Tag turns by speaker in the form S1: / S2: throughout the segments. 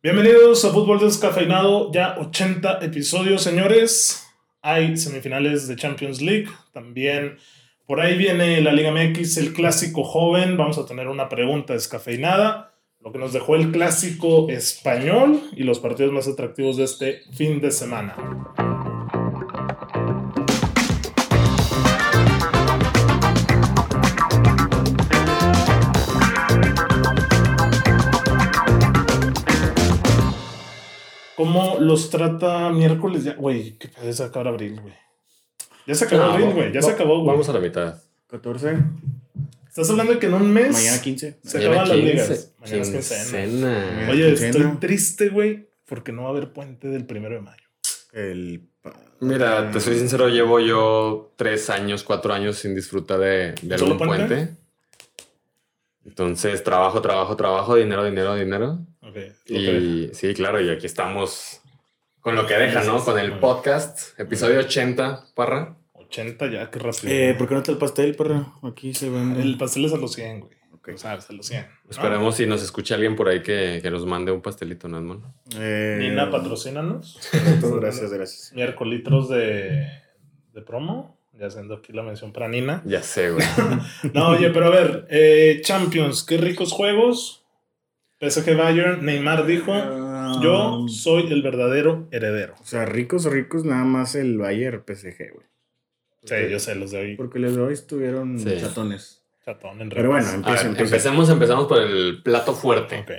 S1: Bienvenidos a Fútbol Descafeinado, ya 80 episodios, señores. Hay semifinales de Champions League, también por ahí viene la Liga MX, el clásico joven. Vamos a tener una pregunta descafeinada, lo que nos dejó el clásico español y los partidos más atractivos de este fin de semana. ¿Cómo los trata miércoles ya? Güey, que pedo es acabar abril, güey. Ya se acabó
S2: Ah, No,
S1: abril,
S2: va-
S1: güey. Ya
S2: va-
S1: se acabó, güey.
S2: Vamos a la mitad.
S3: 14,
S1: Estás hablando de que en un mes
S3: mañana 15.
S1: se
S2: Mañana
S1: acaban las
S2: 15,
S1: ligas. Mañana es quincena.
S2: quincena.
S1: Oye,
S3: Quincena.
S1: estoy triste, güey, porque no va a haber puente del primero de mayo.
S3: El. pa-
S2: Mira, te soy sincero, llevo yo tres años, cuatro años sin disfrutar de, de
S1: ¿Solo
S2: algún puente?
S1: puente?
S2: Entonces, trabajo, trabajo, trabajo, dinero, dinero, dinero.
S1: Ok.
S2: Y sí, claro, y aquí estamos con lo que deja, ¿no? Con el podcast, episodio 80,
S1: Ah.
S2: parra.
S1: 80 ya, qué rápido.
S3: Eh, ¿Por qué no está el pastel, perro? Aquí se ven.
S1: El pastel es a los 100, güey.
S3: Ok.
S1: O sea, es a los 100. ¿no?
S2: Esperemos si nos escucha alguien por ahí que, que nos mande un pastelito, ¿no, hermano?
S3: Eh,
S1: Nina, patrocínanos.
S3: Gracias, gracias.
S1: Miércolitos de, de promo. Ya haciendo aquí la mención para Nina.
S2: Ya sé, güey.
S1: No, oye, pero a ver. eh, Champions, qué ricos juegos. PSG Bayern, Neymar dijo, yo
S3: Ah,
S1: soy el verdadero heredero.
S3: O sea, ricos, ricos, nada más el Bayer PSG, güey.
S1: Sí, yo sé, los de hoy.
S3: Porque los de hoy estuvieron
S2: Sí.
S3: chatones.
S1: Chatón, en
S3: Pero bueno,
S1: redes.
S2: A ver,
S3: empieza, empieza.
S2: empecemos, empezamos por el plato fuerte.
S1: Ok.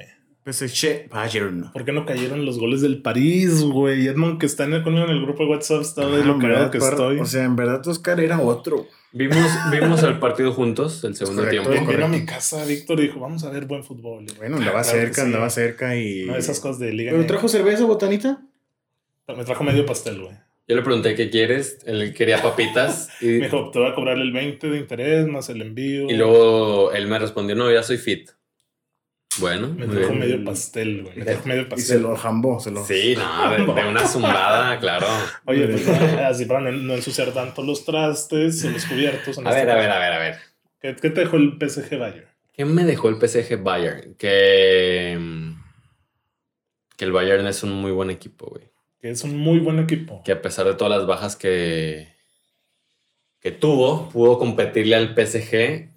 S3: PSG Bayern.
S1: ¿Por qué no cayeron los goles del París, güey? Edmond, que está en el, conmigo en el grupo de WhatsApp, está de
S3: Ah,
S1: lo
S3: en
S1: creado
S3: verdad,
S1: que
S3: par-
S1: estoy.
S3: O sea, en verdad, Oscar era otro.
S2: Vimos, vimos el partido juntos, el segundo
S3: correcto,
S2: tiempo.
S3: es
S1: Vino a
S3: correcto.
S1: mi casa, Víctor, y dijo, vamos a ver buen fútbol. Y,
S3: Bueno, andaba
S1: Claro que
S3: cerca,
S1: sí.
S3: andaba cerca y.
S1: no, esas cosas de liga.
S3: ¿Pero
S1: ¿no?
S3: trajo cerveza, botanita?
S1: Me trajo medio pastel, güey.
S2: Yo le pregunté qué quieres, él quería papitas y,
S1: Me dijo, te voy a cobrar el 20 de interés, más el envío.
S2: y luego él me respondió, no, ya soy fit. Bueno,
S1: Me
S2: muy
S1: trajo
S2: bien.
S1: medio pastel, güey. Me trajo medio
S3: Y se
S1: pastel.
S3: lo jambó, se lo.
S2: sí, no, de, de una zumbada, claro.
S1: Oye, pues, así para no, no ensuciar tanto los trastes o los cubiertos. en
S2: A
S1: este
S2: ver, a
S1: caso.
S2: ver, a ver, a ver.
S1: ¿Qué, qué te dejó el PSG Bayern?
S2: ¿Qué me dejó el PSG Bayern? Que, mm, que el Bayern es un muy buen equipo, güey.
S1: Que es un muy buen equipo.
S2: Que a pesar de todas las bajas que, que tuvo, pudo competirle al PSG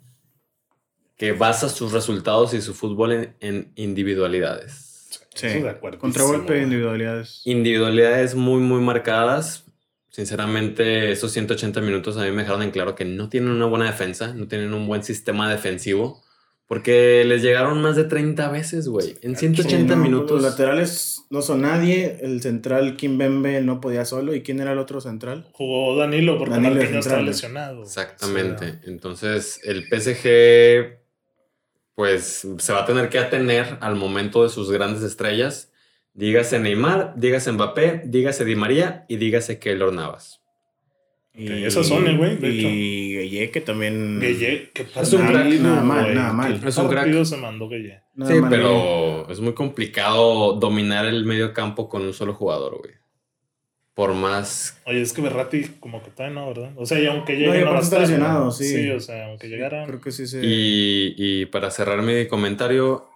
S2: que basa sus resultados y su fútbol en, en individualidades.
S3: Sí.
S1: Eso de acuerdo.
S3: Contragolpe de
S1: Sí, güey.
S3: individualidades.
S2: individualidades muy, muy marcadas. Sinceramente, esos 180 minutos a mí me dejaron en claro que no tienen una buena defensa, no tienen un buen sistema defensivo, porque les llegaron más de 30 veces, güey. En 180
S3: Sí, no,
S2: minutos.
S3: Los laterales no son nadie. El central, Kim Bembe, no podía solo. ¿Y quién era el otro central?
S1: Jugó Danilo porque
S3: Danilo
S1: Marquinhos
S3: central,
S1: estaba
S3: ¿no?
S1: lesionado. O sea,
S2: Exactamente. Entonces, el PSG, pues, se va a tener que atener al momento de sus grandes estrellas. Dígase Neymar, dígase Mbappé, dígase Di María y dígase Keylor Navas.
S1: esas son, eh, güey, de
S3: y Gueye, que también.
S1: Gueye, qué
S2: Es un crack,
S3: nada mal,
S1: güey.
S3: nada mal.
S1: Qué
S2: Es un crack.
S1: partido se mandó Gueye.
S3: nada
S2: Sí,
S3: mal, güey.
S2: pero es muy complicado dominar el medio campo con un solo jugador, güey. Por más.
S1: Oye, es que Berrati como que todavía no, ¿verdad? O sea, y aunque llegue
S3: y
S1: no, va a
S3: aparte está
S1: estar,
S3: lesionado,
S1: ¿no?
S3: sí.
S1: Sí, o sea, aunque llegara...
S3: Creo que sí se.
S2: Y, y para cerrar mi comentario,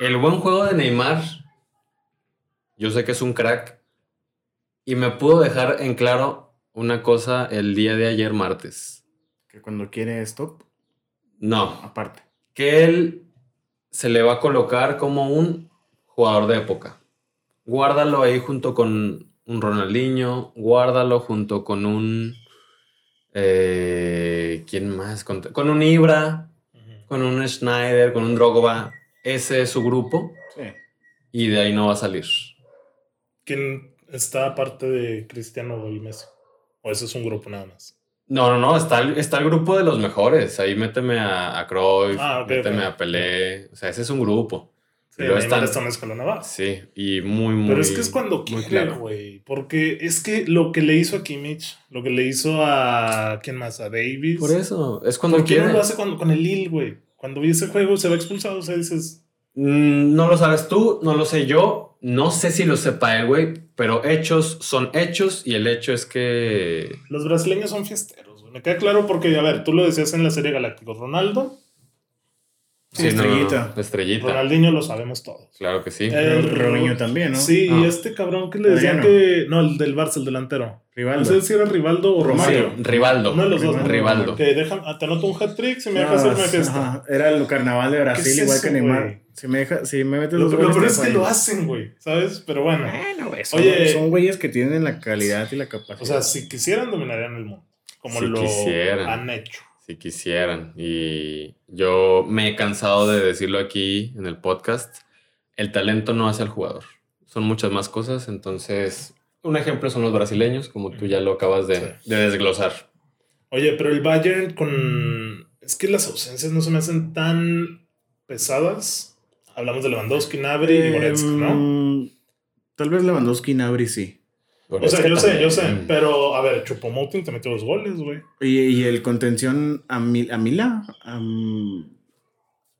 S2: el buen juego de Neymar, yo sé que es un crack. Y me pudo dejar en claro una cosa el día de ayer, martes.
S3: Que cuando quiere stop,
S2: No,
S3: aparte.
S2: que él se le va a colocar como un jugador de época. Guárdalo ahí junto con un Ronaldinho, guárdalo junto con un... eh, ¿Quién más? Con, con un Ibra,
S1: Ujú.
S2: con un Schneider, con un Drogba. Ese es su grupo
S3: Sí.
S1: Eh,
S2: y de ahí no va a salir.
S1: ¿Quién está aparte de Cristiano y Messi? O eso es un grupo nada más.
S2: No, no, no, está el, está el grupo de los mejores. Ahí méteme a, a Cruyff,
S1: Ah, ok,
S2: méteme
S1: ok.
S2: a Pelé. O sea, ese es un grupo.
S1: Sí,
S2: Pero
S1: Neymar
S2: están-
S1: está un escalón abajo.
S2: Sí, y muy, muy...
S1: Pero es que es cuando
S2: muy
S1: quiere,
S2: claro.
S1: güey. Porque es que lo que le hizo a Kimmich, lo que le hizo a... ¿Quién más? A Davis.
S2: Por eso, es cuando
S1: ¿Por qué no
S2: quiere.
S1: lo hace cuando, con el Lille, güey? Cuando vi ese juego se va expulsado, o sea, dices...
S2: Mm, No lo sabes tú, no lo sé yo, no sé si lo sepa él, güey, pero hechos son hechos y el hecho es que...
S1: Los brasileños son fiesteros, güey. Me queda claro porque, a ver, tú lo decías en la serie Galácticos. Ronaldo
S3: Sí, estrellita.
S2: estrellita.
S1: Ronaldinho lo sabemos todos.
S2: Claro que sí.
S1: Eh,
S3: Ro- Robinho también, ¿no?
S1: Sí, y
S2: Ah.
S1: este cabrón que le decían
S3: Adriano.
S1: que. No, el del Barça, el delantero.
S3: Rivaldo.
S1: No sé si era Rivaldo o Romario.
S2: Sí, Rivaldo.
S1: Uno de los dos. ¿no?
S2: Rivaldo.
S1: Que dejan, ah, te anoto un hat trick si me dejas
S3: Ah,
S1: hacerme fiesta.
S3: ajá. Era el carnaval de Brasil,
S1: es
S3: igual
S1: eso,
S3: que Neymar.
S1: güey?
S3: Si me deja, si me metes
S1: Lo,
S3: los
S1: lo
S3: goles,
S1: peor
S3: te
S1: es que
S3: fallo.
S1: lo hacen, güey. ¿Sabes? Pero bueno.
S3: Bueno, güey, son,
S1: Oye.
S3: son güeyes que tienen la calidad y la capacidad.
S1: O sea, si quisieran, dominarían el mundo. Como
S2: Si
S1: lo
S2: quisieran.
S1: han hecho.
S2: Si quisieran. Y yo me he cansado de decirlo aquí en el podcast. El talento no hace al jugador. Son muchas más cosas. Entonces, un ejemplo son los brasileños, como tú ya lo acabas de, de desglosar.
S1: Oye, pero el Bayern con. Es que las ausencias no se me hacen tan pesadas. Hablamos de Lewandowski, Nabri y Goretzka, ¿no?
S3: Mm, Tal vez Lewandowski y Nabri sí.
S1: O sea, yo sé, yo sé.
S2: Mm.
S1: Pero, a ver, Chupomoting te metió los goles, güey.
S3: Y, y el contención a, Mil- a Mila. am-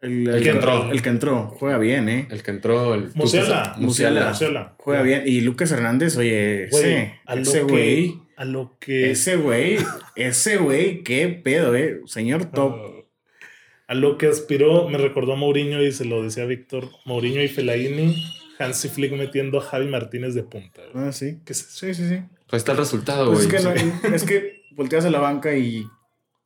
S3: el,
S2: El que entró.
S3: El que entró. Juega bien, ¿eh?
S2: El que entró, el...
S1: Musiala.
S3: Musiala.
S1: Musiala.
S3: Juega bien. Y Lucas Hernández, oye,
S1: Güey,
S3: ese,
S1: a lo
S3: ese
S1: que-
S3: güey.
S1: A lo que.
S3: Ese güey, ese güey, qué pedo, eh. Señor
S1: Ah.
S3: Top.
S1: A lo que aspiró, me recordó Mourinho y se lo decía Víctor. Mourinho y Fellaini, Hansi Flick metiendo a Javi Martínez de punta. güey.
S3: Ah, sí.
S1: ¿Qué es eso?
S3: Sí, sí, sí.
S2: Pues está el resultado,
S3: Pues
S2: güey.
S3: es, que no- es que volteas a la banca y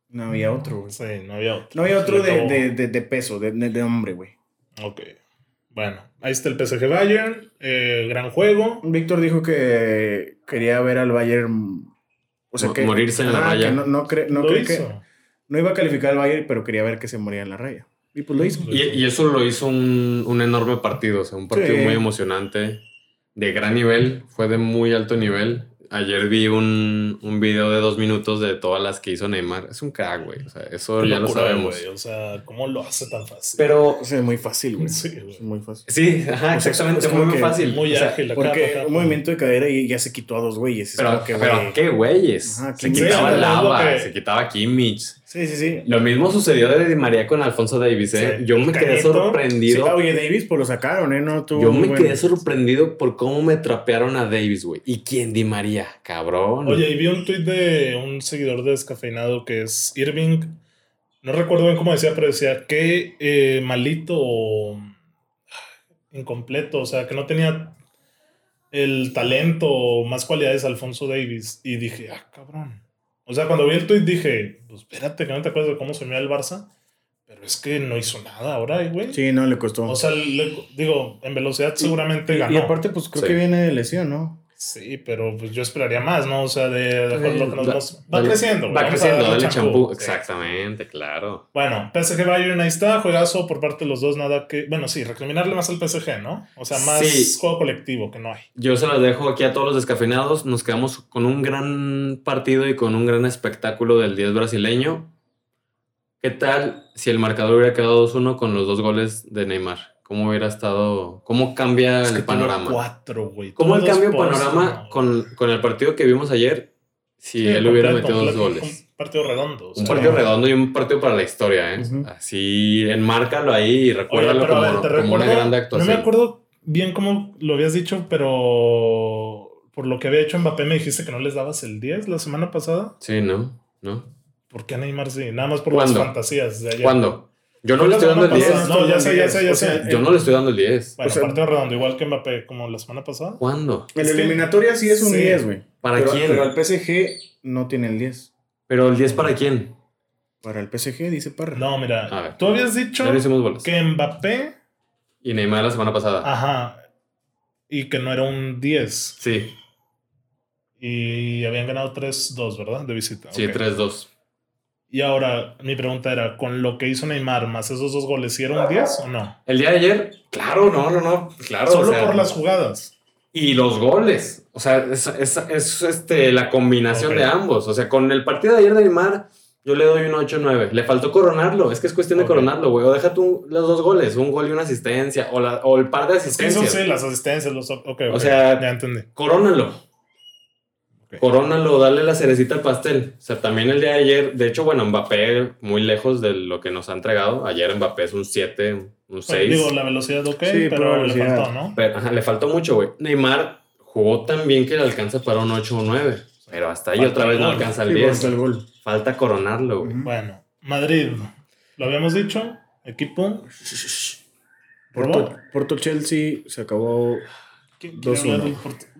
S3: no había otro, güey.
S1: Sí, no había otro.
S3: No había otro
S1: Se
S3: de,
S1: acabó.
S3: de- de- de peso, de, de- de hombre, güey.
S1: Ok. Bueno, ahí está el PSG Bayern. eh, gran juego.
S3: Víctor dijo que quería ver al Bayern. O sea,
S2: Mo-
S3: que,
S2: morirse en la
S3: Ajá,
S2: raya.
S3: que no, no cre- no
S1: lo
S3: cree que-
S1: hizo.
S3: no iba a calificar al Bayern, pero quería ver que se moría en la raya. Y pues lo hizo.
S2: Y, y eso lo hizo un, un enorme partido, o sea, un partido
S3: Sí.
S2: muy emocionante, de gran nivel, fue de muy alto nivel. Ayer vi un, un video de dos minutos de todas las que hizo Neymar. Es un crack, güey. O sea, eso
S1: Qué
S2: ya
S1: locura,
S2: lo sabemos.
S1: güey, O sea, ¿cómo lo hace tan fácil?
S2: Pero
S3: O sea, muy fácil, güey.
S1: Sí, güey.
S3: Es muy fácil.
S2: sí, ajá,
S3: O sea,
S2: exactamente,
S3: es como
S2: muy, muy
S3: que
S2: fácil.
S1: muy
S2: O sea,
S1: ágil. la capa,
S3: Porque
S1: capa.
S3: un movimiento de cadera y ya se quitó a dos güeyes. Es
S2: pero,
S3: como que,
S2: pero
S3: güey.
S2: qué güeyes.
S3: Ajá,
S2: se
S3: ¿quién
S2: quitaba
S1: sabe?
S2: Lava,
S1: Es lo que-
S2: se quitaba Kimmich.
S3: Sí, sí, sí.
S2: Lo mismo sucedió de Di María con Alfonso Davis, ¿eh?
S1: Sí. Pues
S2: Yo me quedé
S1: Cañito.
S3: Sí,
S2: sorprendido.
S3: ah, oye, Davis, pues lo sacaron, ¿eh? No tuvo
S2: Yo
S3: muy
S2: me
S3: buen-
S2: quedé sorprendido por cómo me trapearon a Davis, güey. ¿Y quién Di María? Cabrón.
S1: Oye, y vi un tuit de un seguidor de descafeinado que es Irving. No recuerdo bien cómo decía, pero decía que eh, malito o incompleto, o sea, que no tenía el talento o más cualidades Alfonso Davis. Y dije, ah, cabrón. O sea, cuando vi el tuit dije, pues espérate, que no te acuerdas de cómo se me el Barça, pero es que no hizo nada ahora, güey.
S3: Sí, no, le costó.
S1: O sea, le- digo, en velocidad seguramente ganó.
S3: y aparte, pues creo
S2: Sí.
S3: que viene de lesión, ¿no?
S1: Sí, pero pues yo esperaría más, ¿no? O sea, de, de acuerdo a lo que nos-
S2: Da-
S1: nos- va
S2: dale-
S1: creciendo. güey.
S2: Va
S1: Vamos a
S2: creciendo,
S1: darle
S2: dale champú.
S1: Sí.
S2: Exactamente, claro.
S1: Bueno, PSG Bayern ahí está, juegazo por parte de los dos, nada que. Bueno, sí, recriminarle más al PSG, ¿no? O sea, más
S2: Sí.
S1: juego colectivo que no hay.
S2: Yo se las dejo aquí a todos los descafeinados. Nos quedamos con un gran partido y con un gran espectáculo del 10 brasileño. ¿Qué tal si el marcador hubiera quedado 2-1 con los dos goles de Neymar? ¿Cómo hubiera estado? ¿Cómo cambia
S1: Es que
S2: el
S1: tuvo
S2: panorama?
S1: Cuatro, güey.
S2: ¿Cómo el
S1: Todos
S2: cambio el
S1: por-
S2: panorama
S1: no.
S2: con, con el partido que vimos ayer? Si
S1: Sí,
S2: él hubiera
S1: completo,
S2: metido dos
S1: completo,
S2: goles.
S1: Un partido redondo. o
S2: Pues, Un
S1: sea,
S2: partido redondo y un partido para la historia, ¿eh?
S3: Ujú.
S2: Así, enmárcalo ahí y
S1: Oye,
S2: recuérdalo
S1: pero a ver,
S2: como,
S1: te
S2: como una grande
S1: recuerdo. No
S2: actuación.
S1: me acuerdo bien cómo lo habías dicho, pero. Por lo que había hecho Mbappé, me dijiste que no les dabas el 10 la semana pasada.
S2: Sí, ¿no? ¿no?
S1: ¿Por qué a Neymar sí? Nada más por
S2: ¿Cuándo?
S1: las fantasías de ayer.
S2: ¿Cuándo? Yo no le
S1: la
S2: estoy dando el
S1: semana
S2: 10.
S1: pasada. No, ya sé, ya sé, ya
S3: O sea,
S1: sé.
S2: Yo no pues, le estoy dando el 10.
S1: Bueno,
S3: O sea-
S1: partido redondo, igual que Mbappé, como la semana pasada.
S2: ¿Cuándo?
S3: En
S1: Es
S3: la
S1: que-
S3: eliminatoria sí es un
S1: sí.
S3: 10, güey.
S2: ¿Para
S3: pero,
S2: quién?
S3: Pero
S2: Pero,
S3: el PSG no tiene el 10.
S2: el 10 para quién?
S3: Para el PSG, dice Parra.
S1: No, mira,
S2: A ver.
S1: tú habías dicho
S2: Ya no hicimos bolas.
S1: que Ah. Mbappé,
S2: Y Neymar la semana pasada.
S1: ajá, y que no era un 10.
S2: Sí,
S1: Y habían ganado 3-2, ¿verdad? De visita.
S2: sí,
S1: ok.
S2: 3-2.
S1: Y ahora, mi pregunta era, ¿con lo que hizo Neymar más esos dos goles, si era un 10 o no?
S2: El día de ayer, claro, no, no, no. Claro,
S1: Solo
S2: o sea,
S1: por las jugadas.
S2: Y los goles. O sea, es, es- es, este, la combinación
S1: Ok.
S2: de ambos. O sea, con el partido de ayer de Neymar, yo le doy un 8-9. Le faltó coronarlo. Es que es cuestión de
S1: Ok.
S2: coronarlo, güey. O deja tú los dos goles, un gol y una asistencia. O, la- o el par de
S1: Es que eso
S2: asistencias.
S1: sí, las asistencias, los... Ok, ok,
S2: sea-
S1: ya entendí.
S2: Corónalo.
S1: Ok.
S2: Corónalo, dale la cerecita al pastel. O sea, también el día de ayer, de hecho, bueno, Mbappé muy lejos de lo que nos ha entregado. Ayer Mbappé es un 7, un 6.
S1: Digo, la velocidad, ok,
S3: Sí,
S1: pero le
S3: velocidad.
S1: faltó, ¿no?
S2: Pero, ajá, le faltó mucho, güey. Neymar jugó tan bien que le alcanza para un 8 o 9. Pero hasta ahí
S1: Falta
S2: otra vez no
S1: gol.
S2: alcanza
S3: Sí,
S2: el
S3: porque
S2: 10.
S3: el gol.
S2: Falta coronarlo, güey.
S3: Ujú.
S1: Bueno, Madrid, lo habíamos dicho, equipo.
S3: Porto, Porto Chelsea se acabó.
S1: ¿Qué,
S3: Dos, uno.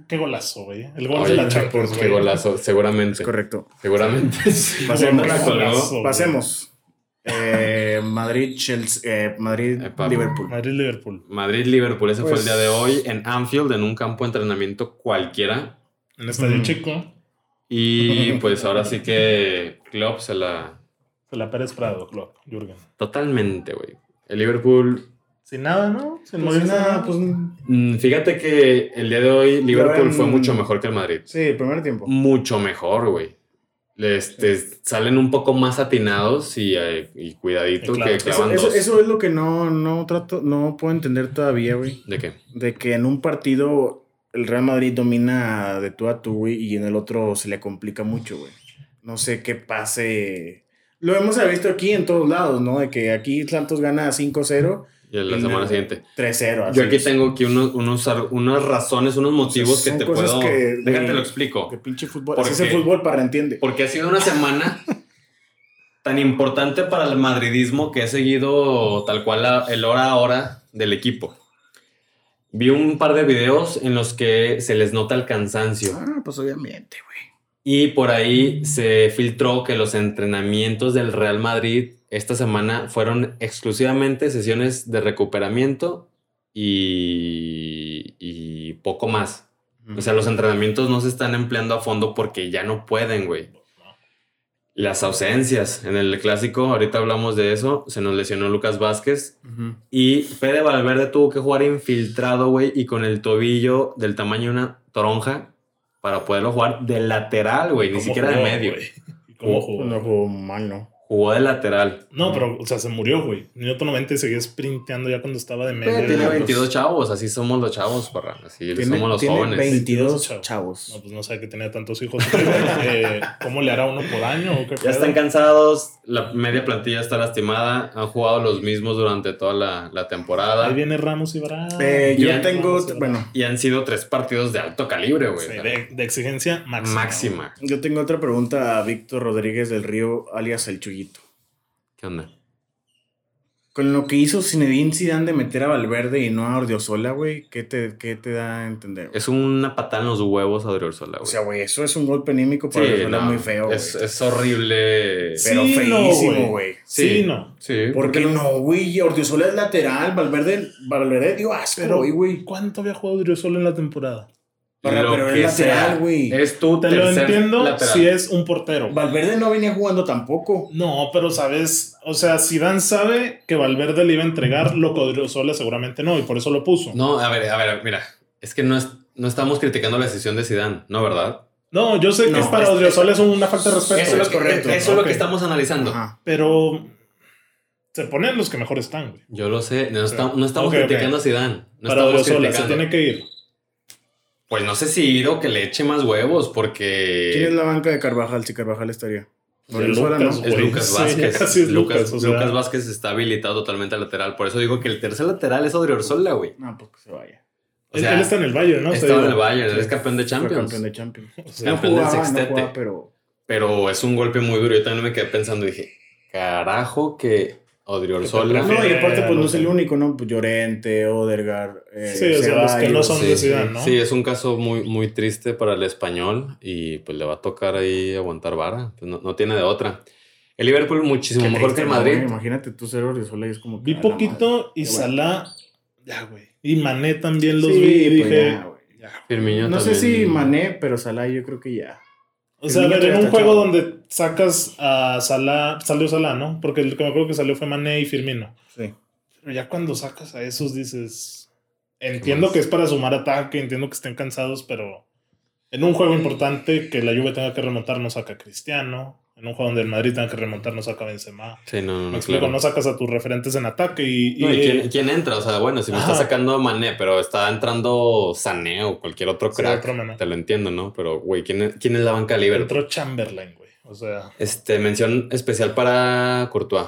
S1: qué golazo, güey. El gol de
S2: Oye,
S1: la Champions,
S2: qué
S1: güey.
S2: golazo, seguramente.
S3: Es correcto.
S2: Seguramente sí.
S3: Pasemos.
S2: Golazo, ¿no?
S1: güey.
S3: Pasemos. Eh, Madrid, Chelsea, eh, Madrid,
S2: Epa.
S3: Liverpool.
S1: Madrid-Liverpool.
S2: Madrid-Liverpool, ese fue
S3: Pues-
S2: el día de hoy en Anfield, en un campo de entrenamiento cualquiera.
S1: En estadio
S3: Ujú.
S1: chico.
S2: Y pues ahora sí que Klopp se la...
S1: Se la Pérez Prado, Klopp, Jürgen.
S2: Totalmente, güey. El Liverpool...
S1: Sin nada, ¿no? Sin
S3: Pues
S1: moverse,
S3: nada,
S1: ¿no?
S3: pues,
S2: mm, Fíjate que el día de hoy Liverpool
S3: en-
S2: fue mucho mejor que el Madrid.
S3: sí, el primer tiempo.
S2: Mucho mejor, güey. Este, Salen un poco más atinados y, eh, y cuidadito
S1: Y claro.
S2: que
S1: Eso-
S2: clavan
S3: Eso,
S2: dos.
S3: eso es lo que no, no trato, no puedo entender todavía, güey.
S2: ¿De qué?
S3: De que en un partido el Real Madrid domina de tú a tú, güey, y en el otro se le complica mucho, güey. No sé qué pase. Lo hemos visto aquí en todos lados, ¿no? De que aquí Santos gana 5-0,
S2: Y en la
S3: En
S2: semana
S3: el-
S2: siguiente.
S3: 3-0. así
S2: Yo aquí
S3: es.
S2: tengo aquí unos, unos, ar- unas razones, unos motivos
S3: son
S2: que te
S3: cosas
S2: puedo...
S3: que,
S2: Déjate
S3: güey,
S2: lo explico.
S3: De pinche fútbol.
S2: ¿Por
S3: Así es el
S2: qué?
S3: fútbol para entiende.
S2: Porque ha sido una semana tan importante para el madridismo que he seguido tal cual la- el hora a hora del equipo. Vi un par de videos en los que se les nota el cansancio
S3: Ah, pues obviamente, güey.
S2: y por ahí se filtró que los entrenamientos del Real Madrid esta semana fueron exclusivamente sesiones de recuperamiento y, y poco más. O sea, los entrenamientos no se están empleando a fondo porque ya no pueden, güey. Las ausencias. En el clásico, ahorita hablamos de eso, se nos lesionó Lucas Vázquez
S3: Ujú.
S2: y Fede Valverde tuvo que jugar infiltrado, güey, y con el tobillo del tamaño de una toronja para poderlo jugar de lateral, güey, ni
S1: ¿Cómo
S2: siquiera
S1: jugó,
S2: de medio.
S1: güey? ¿Y ¿Cómo
S2: Jugó-
S1: jugó?
S3: No jugó mal, ¿no?
S2: Jugó de lateral.
S1: No, pero, o sea, se murió, güey. Minuto 90 y seguía sprinteando ya cuando estaba de medio.
S2: Pero tiene
S1: Pues,
S2: 22 chavos, así somos los chavos, parra. Así
S3: Tiene-
S2: somos los
S3: tiene
S2: jóvenes.
S3: 22
S1: chavos.
S3: chavos.
S1: No, pues no sé que tenía tantos hijos. Eh, ¿Cómo le hará uno por año? ¿O qué
S2: Ya
S1: pedo?
S2: están cansados, la media plantilla está lastimada, han jugado los mismos durante toda la, la
S1: Ahí
S2: temporada
S1: viene Ramos y Brad.
S3: Eh, yo
S2: pues, Ya,
S3: tengo,
S1: Ramos y Brad.
S3: bueno,
S2: y han sido tres partidos de alto calibre,
S1: Sí,
S2: güey.
S1: de, de exigencia máxima.
S2: pues, Máxima.
S3: yo tengo otra pregunta a Víctor Rodríguez del Río, alias El Chuyito.
S2: ¿Qué onda?
S3: Con lo que hizo Zinedine Zidane de meter a Valverde y no a Ordiozola, güey, ¿qué te, qué te da a entender? güey?
S2: Es una patada en los huevos a Sola, güey.
S3: o sea, güey, eso es un golpe anímico para
S2: Sí,
S3: Odriozola
S2: no,
S3: muy feo, güey.
S2: es, eh, es horrible.
S1: Sí,
S3: Pero
S1: no,
S3: feísimo,
S1: güey.
S3: güey.
S1: Sí, no.
S2: Sí.
S3: ¿Por qué no, güey? Ordiozola es lateral, Valverde, Valverde dio asco,
S1: Pero,
S3: güey, güey.
S1: ¿Cuánto había jugado Driosola en la temporada?
S3: Parra,
S2: Lo
S3: pero es
S2: que
S3: lateral,
S2: sea.
S3: güey.
S2: Es tu
S1: Te lo
S2: tercer
S1: entiendo
S2: lateral.
S1: si es un portero.
S3: Valverde no venía jugando tampoco.
S1: No, pero sabes, o sea, Zidane sabe que Valverde le iba a entregar lo que Odriozola seguramente no, y por eso lo puso. No,
S2: No, a ver, a ver, mira. Es que no, es- no estamos criticando la decisión de Zidane, ¿no, verdad?
S1: yo sé que
S3: No,
S1: es para
S3: es-
S1: Odriozola es una falta de respeto.
S3: Eso es lo
S1: güey.
S3: correcto,
S2: Eso es lo
S1: ok.
S2: que estamos analizando.
S3: Ajá.
S1: Pero se ponen los que mejor están, güey.
S2: Yo lo sé, no,
S1: Sí.
S2: está- no
S1: Ok,
S2: estamos
S1: ok.
S2: criticando a Zidane. No
S1: para
S2: estamos
S1: Odriozola se tiene
S2: criticando.
S1: que ir.
S2: Pues no sé si Iro que le eche más huevos, porque.
S3: ¿Quién es la banca de Carvajal? Si Carvajal estaría.
S1: Eh, De
S3: Odriozola
S1: Lucas,
S3: no.
S2: Es
S1: güey?
S2: Lucas
S1: Sí,
S2: Vázquez.
S1: así es
S2: Lucas,
S1: Lucas, o sea.
S2: Lucas Vázquez está habilitado totalmente al lateral. Por eso digo que el tercer lateral es Odrio Orzola, güey.
S3: No, pues que se vaya.
S2: O
S1: Él-
S2: sea,
S1: él está en el Bayern, ¿no?
S2: estaba en el
S1: Bayern.
S2: Bayern, él es
S3: Sí,
S2: campeón de
S3: fue
S2: Champions.
S3: Campeón de Champions. No
S2: Campeón del
S3: jugaba, no
S2: sextete.
S3: jugaba, pero
S2: Pero es un golpe muy duro. Yo también me quedé pensando, dije, carajo que Odrio Orzola.
S1: Sí,
S3: No, y aparte, pues no es
S1: sí.
S3: el único, ¿no? Pues Llorente, Odergar. Eh,
S1: Sí, o sea, los que no
S3: Ceballos.
S1: son
S2: Sí,
S1: de Zidane, ¿no?
S2: sí, es un caso muy, muy triste para el español y pues le va a tocar ahí aguantar vara. Pues, no, no tiene de otra. El Liverpool muchísimo
S3: Qué
S2: mejor
S3: triste,
S2: que el
S3: ¿no,
S2: Madrid.
S3: güey? Imagínate tú ser Oriozola y es como. que,
S1: Vi
S3: a la madre.
S1: poquito y
S3: Qué bueno.
S1: Salah, ya, güey. Y Mané también los
S3: Sí,
S1: vi y
S3: pues
S1: dije,
S3: ya, güey.
S2: Firmino
S3: No sé si
S2: también.
S3: Mané, pero Salah yo creo que ya.
S1: O sea, a
S3: El
S1: ver,
S3: niño
S1: en
S3: todavía
S1: un
S3: está
S1: juego
S3: chavo.
S1: donde sacas a Salah, salió Salah, ¿no? Porque el que me acuerdo que salió fue Mané y Firmino.
S3: Sí.
S1: Pero ya cuando sacas a esos dices, entiendo
S2: más?
S1: que es para sumar ataque, entiendo que estén cansados, pero en un juego importante que la Juve tenga que remontar no saca a Cristiano, en un juego donde el Madrid tenga que remontar no saca a Benzema.
S2: Sí, no, no,
S1: Me
S2: no,
S1: explico,
S2: claro.
S1: no sacas a tus referentes en ataque y, eh,
S2: No,
S1: y-
S2: ¿y quién, quién entra? O sea, bueno, si me está
S1: Ajá.
S2: sacando Mané, pero está entrando Sané o cualquier otro
S1: Sí,
S2: crack,
S1: otro Mané.
S2: te lo entiendo, ¿no? Pero, güey, ¿quién, es- quién es la banca libre?
S1: entró Chamberlain, güey. O sea,
S2: Este, mención especial para Courtois.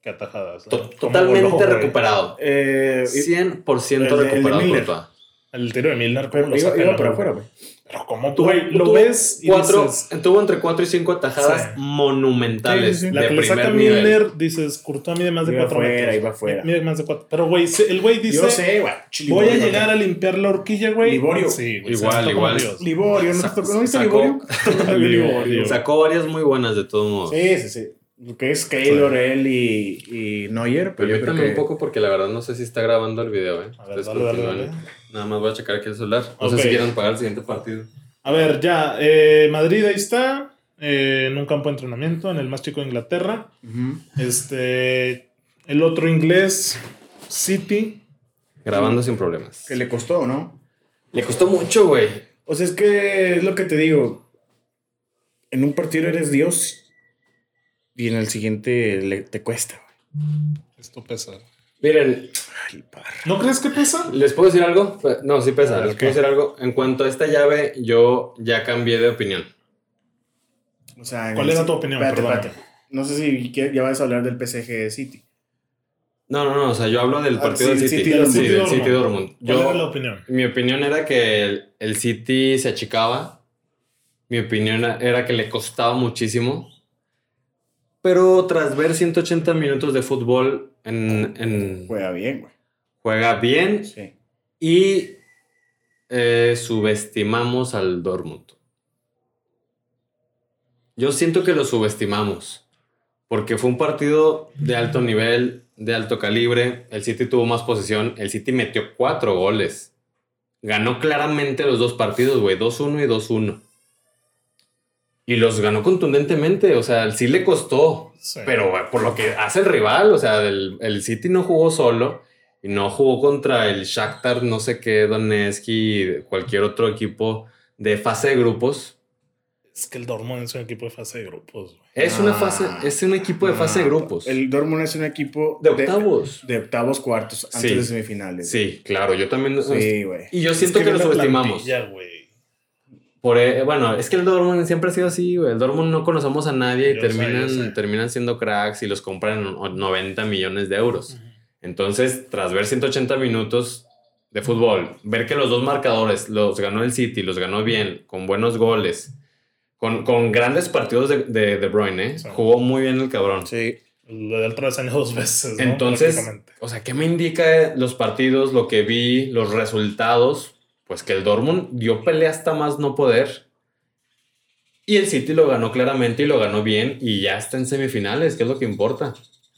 S1: qué atajadas. ¿no?
S2: To-
S1: Cómo voló,
S2: totalmente
S1: güey.
S2: recuperado.
S3: Eh, y-
S2: 100%
S3: El de- el de
S2: recuperado
S3: Miller.
S2: Courtois.
S1: El tiro de Milner, ¿cómo
S3: pero
S1: lo
S3: iba,
S1: sacan,
S3: iba
S1: no?
S3: para afuera, güey.
S1: Pero como tú, güey, lo ves y
S2: cuatro,
S1: dices...
S2: tuvo entre 4 y 5 atajadas
S1: Sí.
S2: monumentales
S3: Sí, sí, sí.
S2: de
S1: La que le saca
S2: primer nivel.
S1: Miller, dices, Courtois mide más de
S3: Iba
S1: 4
S3: afuera,
S1: metros.
S3: iba afuera.
S1: Mide más de 4. Pero, güey, se- el güey dice,
S3: Yo sé, güey.
S1: voy a llegar a limpiar la horquilla, güey.
S3: Liborio.
S1: Sí, güey, se
S2: Igual,
S1: nota como
S2: igual.
S1: Dios.
S3: Liborio, ¿no,
S2: Sa-
S3: te tocó- ¿no viste
S2: sacó-
S3: Liborio? Tocó
S1: Liborio.
S2: Sacó varias muy buenas de todos modos.
S3: Sí, sí, sí. Lo que es Keylor, él y, y Neuer, pero yo creo
S2: Permítame
S3: que...
S2: un poco porque la verdad no sé si está grabando el video, ¿eh?
S1: A ver,
S2: Ustedes
S1: dale, dale,
S2: continúen.
S1: dale.
S2: Nada más voy a checar aquí el celular. No
S1: Ok.
S2: sé si quieren pagar el siguiente partido.
S1: A ver, ya. eh, Madrid ahí está. eh, en un campo de entrenamiento, en el más chico de Inglaterra.
S3: Ujú.
S1: Este. El otro inglés, City.
S2: Grabando sin problemas.
S3: Que le costó, ¿no?
S2: Le costó mucho, güey.
S3: O sea, es que es lo que te digo. En un partido eres Dios y en el siguiente le- te cuesta. güey.
S1: Esto pesa.
S2: Miren,
S3: Ay, par.
S1: ¿No crees que pesa?
S2: ¿les puedo decir algo? No, sí pesa.
S3: A ver,
S2: ¿Les
S3: ¿qué?
S2: puedo decir algo? En cuanto a esta llave, yo ya cambié de opinión.
S3: O sea, en
S1: ¿Cuál
S3: el-
S1: era tu opinión?
S3: Espérate,
S1: Perdón.
S3: espérate. No sé si que- ya vas a hablar del PSG City.
S2: No, no, no. O sea, yo hablo del
S3: Ah,
S2: partido
S3: sí,
S2: del City.
S3: City
S2: Sí,
S3: Dortmund.
S2: del City Dortmund.
S1: Yo,
S2: Yo,
S1: la opinión?
S2: Mi opinión era que el, el City se achicaba. Mi opinión era que le costaba muchísimo. Pero tras ver 180 minutos de fútbol, en, en-
S3: Juega bien, güey.
S2: juega bien
S3: Sí.
S2: y eh, subestimamos al Dortmund. Yo siento que lo subestimamos. Porque fue un partido de alto nivel, de alto calibre. El City tuvo más posesión. El City metió cuatro goles. Ganó claramente los dos partidos, güey. 2-1 y 2-1. Y los ganó contundentemente. O sea, sí le costó.
S1: Sí.
S2: Pero güey, por lo que hace el rival, o sea, el, el City no jugó solo y no jugó contra el Shakhtar, no sé qué, Donetsk y cualquier otro equipo de fase de grupos.
S1: Es que el Dortmund es un equipo de fase de grupos, güey.
S2: Es
S3: Ah.
S2: una fase, es un equipo de fase de
S3: No,
S2: grupos.
S3: Ah, El Dortmund es un equipo
S2: de octavos.
S3: De, octavos cuartos, antes
S2: Sí.
S3: de semifinales.
S2: sí, claro, yo también.
S3: Sí, güey.
S2: Y yo siento
S1: Es
S2: que, lo
S1: ve la
S2: subestimamos.
S1: plantilla, güey.
S2: Por, eh, bueno, es que el Dortmund siempre ha sido así, güey. El Dortmund no conocemos a nadie y
S1: Yo sé, yo
S2: terminan,
S1: sé.
S2: terminan siendo cracks y los compran en o- 90 millones de euros. Entonces, tras ver 180 minutos de fútbol, ver que los dos marcadores los ganó el City, los ganó bien, con buenos goles, con, con grandes partidos de De, De Bruyne, ¿eh?
S1: Sí.
S2: jugó muy bien el cabrón.
S3: Sí.
S1: Lo del otro año dos veces, ¿no?
S2: Entonces,
S1: Prácticamente.
S2: o sea, ¿qué me indica los partidos, lo que vi, los resultados? Pues que el Dortmund dio pelea hasta más no poder. Y el City lo ganó claramente y lo ganó bien y ya está en semifinales, que es lo que importa.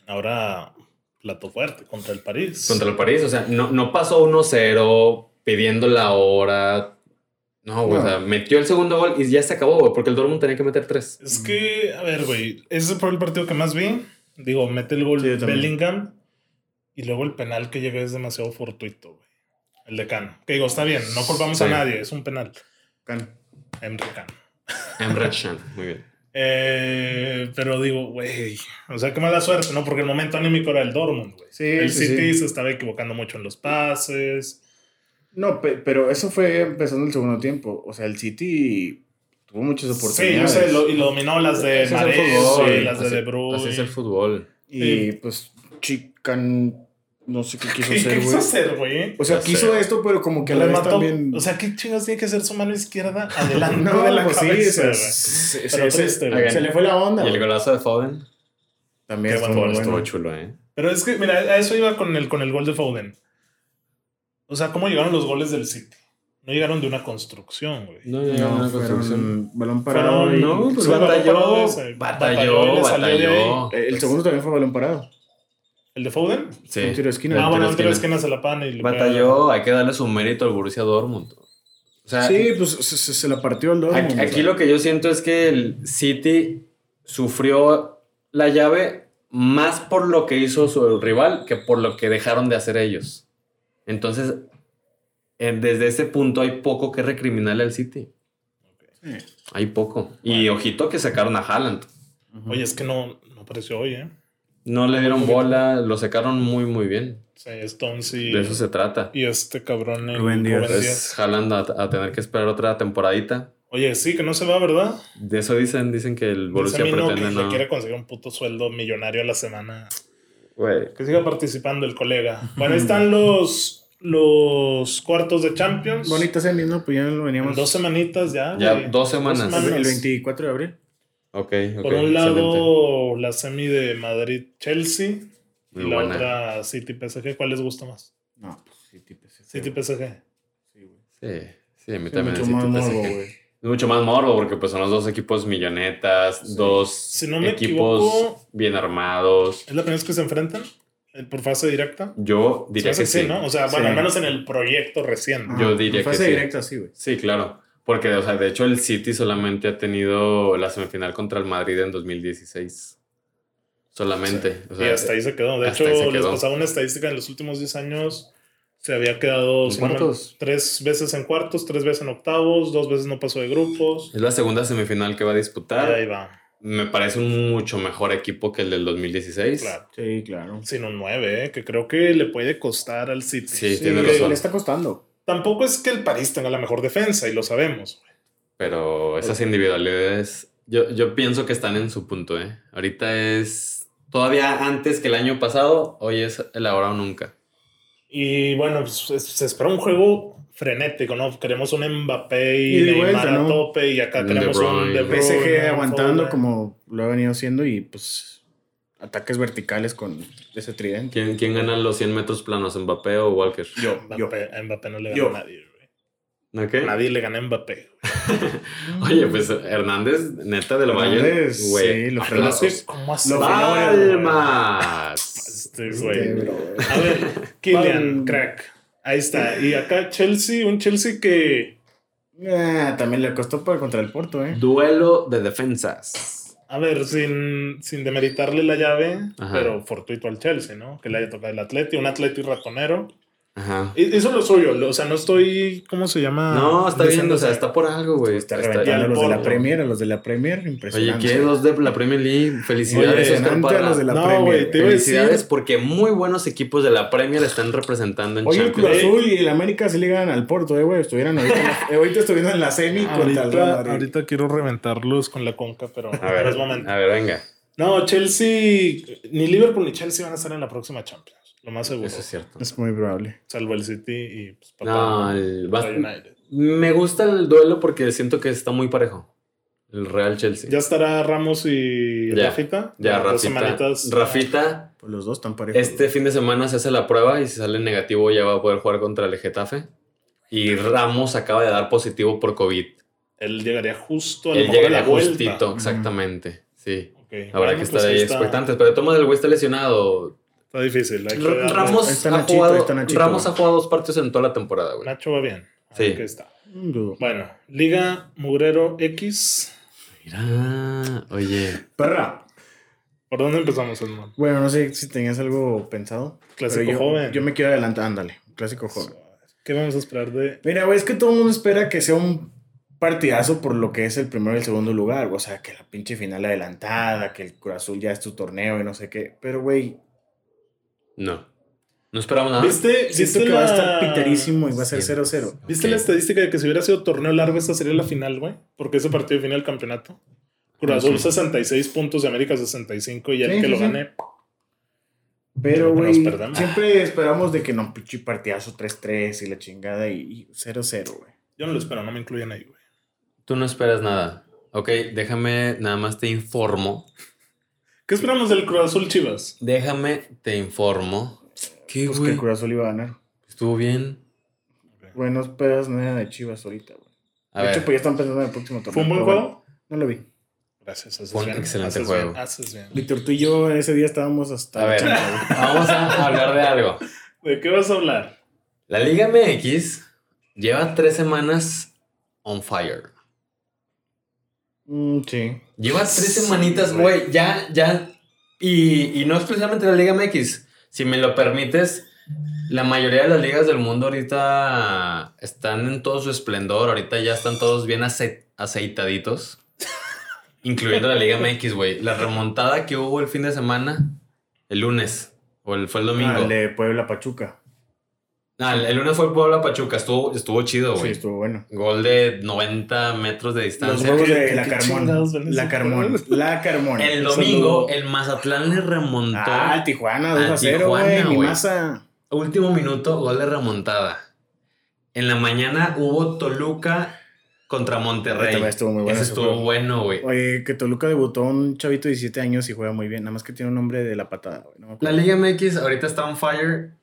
S1: Ahora, plato fuerte contra el París.
S2: Contra el París, o sea, no, no pasó 1-0 pidiendo la hora. No, güey,
S3: No.
S2: o sea, metió el segundo gol y ya se acabó, güey, porque el Dortmund tenía que meter tres.
S1: Es que, a ver, güey, ese fue el partido que más vi. Digo, mete el gol
S3: Sí, yo también.
S1: Bellingham y luego el penal que llega es demasiado fortuito, güey. El de Cano. Que digo, está bien, no culpamos a
S2: Sí.
S1: nadie, es un penal.
S3: Can-
S1: Henry Cano.
S2: Emre Can, muy bien.
S1: Eh, pero digo, güey, o sea, qué mala suerte, ¿no? Porque el momento anímico era el Dortmund, güey.
S3: Sí,
S1: el
S3: sí,
S1: City
S3: sí.
S1: se estaba equivocando mucho en los pases.
S3: No, pe- pero eso fue empezando el segundo tiempo. O sea, el City tuvo muchas
S1: Sí,
S3: oportunidades.
S1: yo sé, lo- y lo dominó las de
S2: Así es el
S1: Mares,
S2: fútbol,
S1: güey, las de
S2: Eh, así-
S1: De Bruyne.
S2: Así es el fútbol.
S3: Y pues, Chican, no sé qué quiso
S1: eh, ¿Qué
S3: hacer,
S1: quiso
S3: güey.
S1: hacer, güey?
S3: O sea,
S2: Ya
S3: quiso
S2: sé.
S3: esto, pero como que a la vez
S1: Remató.
S3: también.
S1: O sea, ¿qué chingas tiene que hacer su mano izquierda adelante
S3: no,
S1: de la
S3: pues sí,
S1: cabeza?
S3: o sea,
S1: güey?
S3: se,
S1: Pero
S3: se- se-
S1: triste,
S2: güey.
S3: se le fue la onda.
S2: Y el
S3: güey.
S2: golazo de Foden.
S3: También
S1: Qué
S3: estuvo
S1: buen gol,
S3: bueno.
S2: Estuvo chulo, ¿eh?
S1: Pero es que, mira, a eso iba con el, con el gol de Foden. O sea, ¿cómo llegaron los goles del City? No llegaron de una construcción, güey.
S2: No, pues,
S3: No, fueron balón parado.
S1: Fueron-
S3: y-
S2: No, pues
S1: Sí, balón
S2: batalló,
S1: parado ese. Batalló y
S2: batalló,
S1: le salió de
S2: batalló.
S3: El segundo también fue balón parado.
S1: ¿El de Foden?
S2: Sí.
S3: Un tiro de esquina.
S2: El
S1: Ah, bueno,
S2: tiro
S1: un tiro de
S2: esquina.
S1: esquina se la pana y le pega.
S2: Batalló, hay que darle su mérito al Borussia Dortmund. O sea,
S3: Sí, pues se, se- se la partió el Dortmund.
S2: Aquí, aquí lo que yo siento es que el City sufrió la llave más por lo que hizo su rival que por lo que dejaron de hacer ellos. Entonces, en- desde ese punto hay poco que recriminarle al City. Hay poco. Y ojito que sacaron a Haaland.
S1: Oye, es que no, no apareció hoy, ¿eh?
S2: No le dieron bola, lo sacaron muy, muy bien.
S1: O sea, Stones y,
S2: De eso se trata.
S1: y este cabrón. el
S3: Rubén Díaz.
S1: Rubén Díaz.
S2: Entonces, Haaland a, a tener que esperar otra temporadita.
S1: Oye, sí, que no se va, ¿verdad?
S2: De eso dicen, dicen que el
S1: Dice
S2: Borussia
S1: a mí no, que
S2: pretende
S1: le
S2: no.
S1: quiere conseguir un puto sueldo millonario a la semana.
S2: Güey.
S1: Que siga participando el colega. Bueno, ahí están los, los cuartos de Champions.
S3: Bonita semi, ¿no? Pues ya lo
S1: En
S3: veníamos.
S1: dos semanitas ya.
S2: Ya,
S1: Ah, güey.
S2: dos semanas.
S1: semanas.
S3: El 24 de abril.
S2: Ok, ok.
S1: Por un
S2: excelente.
S1: lado, la semi de Madrid-Chelsea. Y
S2: Muy
S1: la
S2: buena.
S1: otra City-PSG. ¿Cuál les gusta más?
S3: No, pues sí, tipo. Sí,
S1: City-PSG.
S3: Sí, güey.
S2: Sí, sí, a mí
S3: Sí,
S2: también.
S3: mucho
S2: sí,
S3: más
S2: te parece
S3: morbo,
S2: que-
S3: güey.
S2: Es mucho más morbo porque pues son los dos equipos millonetas,
S3: Sí.
S2: dos
S1: Si no me
S2: equipos
S1: equivoco-
S2: bien armados.
S1: ¿Es la primera vez que se enfrentan? Eh, ¿Por fase directa?
S2: Yo
S1: Se me
S2: diría
S1: hace
S2: que sí.
S1: ¿no? O sea, bueno,
S3: Sí.
S1: al menos en el proyecto reciente.
S2: Yo
S3: Ah,
S2: diría que
S3: en fase
S2: sí.
S3: directa, sí, güey.
S2: Sí, claro. Porque, o sea, de hecho el City solamente ha tenido la semifinal contra el Madrid en 2016. Solamente. O sea,
S1: y hasta ahí se quedó. De
S2: hasta
S1: hecho,
S2: ahí se
S1: les
S2: quedó.
S1: pasaba una estadística en los últimos 10 años. Se había quedado
S2: ¿En
S1: si no me-
S2: cuartos?
S1: tres veces en cuartos, tres veces en octavos, dos veces no pasó de grupos.
S2: Es la segunda semifinal que va a
S1: Y
S2: disputar.
S1: ahí va.
S2: Me parece un mucho mejor equipo que el del 2016.
S1: Claro.
S3: Sí, claro.
S1: Sino un 9, eh, que creo que le puede costar al City.
S2: Sí,
S3: Sí,
S2: tiene
S3: le-
S2: razón.
S3: Le está costando.
S1: Tampoco es que el París tenga la mejor defensa, y lo sabemos. güey.
S2: Pero esas
S3: Eh,
S2: individualidades, yo, yo pienso que están en su punto, ¿eh? Ahorita es todavía antes que el año pasado, hoy es el ahora o nunca.
S1: Y bueno, pues, se, se espera un juego frenético, ¿no? Queremos un Mbappé y,
S3: Y de
S1: Neymar
S3: vuelta,
S1: a
S3: ¿no?
S1: tope, y acá
S2: Un
S1: tenemos
S2: De
S1: un
S2: Bruyne.
S1: De
S2: PSG
S1: Bruyne,
S3: PSG
S1: un
S3: aguantando
S1: Foden.
S3: como lo ha venido haciendo y pues ataques verticales con ese tridente. Ah,
S2: ¿Quién, quién gana los 100 metros planos, Mbappé o Walker?
S3: Yo, yo.
S1: Mbappé, a Mbappé no le gana
S3: Yo.
S1: a nadie, güey.
S2: ¿No qué?
S1: Nadie le gana a Mbappé. güey.
S2: Oye, pues Hernández, neta del Bayern,
S3: Hernández,
S2: güey.
S3: sí, lo
S2: Pero
S3: frenó.
S2: sí,
S1: ¿Cómo así?
S3: Lo frenó, güey.
S2: ¡Palmas!
S1: Este,
S3: Este,
S1: güey.
S3: bro, güey.
S1: A ver, Kylian,
S3: Pal-
S1: crack. Ahí está. Y acá Chelsea, un Chelsea que.
S3: Ah, también le costó para contra el Porto, ¿eh?
S2: Duelo de defensas.
S1: A ver, sin, sin demeritarle la llave,
S2: Ajá.
S1: pero fortuito al Chelsea, ¿no? Que le haya tocado el Atleti, un Atleti ratonero.
S2: Ajá.
S1: E- Eso es lo suyo, lo- o sea, no estoy. ¿Cómo se llama?
S2: No, está bien, o sea, está por algo, güey.
S3: Ah, Está
S1: ya
S3: reventando a
S1: el
S3: los de la
S1: Porto.
S3: Premier, a los de la Premier,
S2: Oye,
S3: impresionante.
S2: ¿qué? Dos de la Premier League. Felicidades,
S1: Oye,
S2: Oscar
S3: impresionante a
S2: Parra.
S3: los de la
S1: No,
S3: Premier.
S1: güey, te iba a decir-
S2: Felicidades porque muy buenos equipos de la Premier están representando en
S3: Oye, el Cruz
S2: Champions.
S1: Ey.
S3: Azul y el América se le ganan al Porto, eh, güey. Estuvieran ahorita, en la- eh, ahorita estuvieron en la semi contra el Real
S1: Ahorita,
S3: Madrid.
S1: ahorita quiero reventarlos con la conca, pero
S2: A
S1: pero
S2: ver,
S1: es momento.
S2: a ver, venga.
S1: No, Chelsea, ni Liverpool ni Chelsea van a estar en la próxima Champions, lo más seguro.
S2: Eso es cierto.
S3: Es muy probable.
S1: Salvo el City y pues, papá,
S2: No, el- va-
S1: papá United.
S2: me gusta el duelo porque siento que está muy parejo. El Real Chelsea.
S1: Ya estará Ramos y
S2: Ya,
S1: Rafita.
S2: Ya,
S1: Dos
S2: Rafita.
S1: semanitas.
S2: Rafita,
S3: Pues los dos están parejos.
S2: este fin de semana se hace la prueba y si sale negativo ya va a poder jugar contra el Getafe. Y Ramos acaba de dar positivo por COVID.
S1: Él llegaría justo a lo
S2: Él
S1: mejor a la
S2: llegaría
S1: vuelta.
S2: justito, exactamente. Sí.
S1: Ok,
S2: Habrá
S1: bueno,
S2: que estar
S1: pues
S2: ahí
S1: está-
S2: expectantes. Pero toma del güey está lesionado.
S1: Está difícil. hay que
S2: R-
S1: darle-
S2: Ramos,
S3: Ahí está
S2: ha
S3: Nachito, ahí
S2: jugado,
S3: está Nachito.
S2: Ramos ha jugado dos partidos en toda la temporada, güey.
S1: Nacho va bien.
S2: Sí.
S1: Aquí está.
S3: Mm, dudo.
S1: Bueno, Liga Mugrero X.
S2: Mira, oye.
S3: Perra.
S1: ¿Por dónde empezamos, Edmond?
S3: Bueno, no sé si tenías algo pensado.
S1: Clásico
S3: pero yo,
S1: joven.
S3: Yo me quiero adelantar. Ándale, clásico joven.
S1: ¿Qué vamos a esperar de
S3: Mira, güey, es que todo el mundo espera que sea un partidazo por lo que es el primero y el segundo lugar. O sea, que la pinche final adelantada, que el Cruz Azul ya es tu torneo y no sé qué. Pero, güey,
S2: No. No esperamos nada.
S1: ¿Viste,
S3: siento
S1: viste
S3: que va a
S1: la-
S3: estar piterísimo y va a ser
S2: Sí.
S3: 0-0.
S1: ¿Viste
S2: Ok.
S1: la estadística de que si hubiera sido torneo largo, esta sería la final, güey? Porque ese partido define el campeonato. Cruz Azul
S2: Ah, Sí.
S1: 66 puntos de América 65 y el
S3: Sí,
S1: que
S3: sí,
S1: lo
S3: sí.
S1: gane.
S3: Pero,
S1: Nos
S3: güey,
S1: perdemos.
S3: siempre esperamos de que no, pinche partidazo 3-3 y la chingada y y 0-0, güey.
S1: Yo no lo espero, no me incluyen ahí, güey.
S2: Tú no esperas nada. Ok, déjame, nada más te informo.
S1: ¿Qué esperamos del Cruz Azul Chivas?
S2: Déjame, te informo. ¿Qué,
S3: Pues que
S2: güey?
S3: el Cruz Azul iba a ganar.
S2: Estuvo bien.
S3: Güey, no esperas nada de Chivas ahorita, güey.
S2: A
S3: de
S2: ver,
S3: hecho, pues ya están pensando en el próximo torneo.
S1: ¿Fue un buen
S3: pero bueno,
S1: juego?
S3: No lo vi.
S1: Gracias, haces
S2: Fue un
S1: bien,
S2: excelente
S1: haces
S2: juego.
S1: bien, haces bien.
S3: Víctor, tú y yo ese día estábamos hasta...
S2: A
S3: la
S2: ver.
S3: chanta, güey.
S2: vamos a hablar de algo.
S1: ¿De qué vas a hablar?
S2: La Liga MX lleva tres semanas on fire.
S3: Mm, sí.
S2: Lleva tres semanitas, güey. Ya, ya. Y, y no exclusivamente la Liga MX. Si me lo permites, la mayoría de las ligas del mundo ahorita están en todo su esplendor. Ahorita ya están todos bien ace- aceitaditos. incluyendo la Liga MX, güey. La remontada que hubo el fin de semana, el lunes, o el, fue el domingo.
S3: Ah, el de Puebla Pachuca.
S2: Ah, el, el lunes fue Puebla Pachuca. Estuvo, estuvo chido,
S3: Sí,
S2: güey.
S3: estuvo bueno.
S2: Gol de 90 metros de
S3: Los
S2: distancia.
S3: huevos
S1: ¿Qué-
S3: de la
S1: qué
S3: Carmón.
S1: chingados ven
S3: La
S1: ese
S3: Carmón.
S1: juego?
S3: La Carmón.
S2: El
S1: Saludo.
S2: domingo, el Mazatlán le remontó.
S3: Ah, Tijuana, 2
S2: Ah,
S3: a 0,
S2: Tijuana,
S3: güey. Mi
S2: güey.
S3: masa.
S2: Último minuto, gol de remontada. En la mañana hubo Toluca contra Monterrey.
S3: También estuvo muy bueno
S2: Ese
S3: ese
S2: estuvo
S3: juego.
S2: bueno, güey.
S3: Oye, que Toluca debutó un chavito de 17 años y juega muy bien. Nada más que tiene un nombre de la patada, güey. No me
S2: La
S3: acuerdo.
S2: Liga MX ahorita está on fire.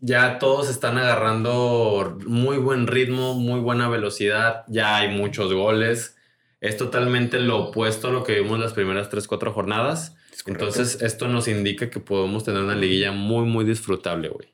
S2: Ya todos están agarrando muy buen ritmo, muy buena velocidad. Ya hay muchos goles. Es totalmente lo opuesto a lo que vimos las primeras 3-4 jornadas.
S3: Es correcto.
S2: Entonces, esto nos indica que podemos tener una liguilla muy, muy disfrutable, güey.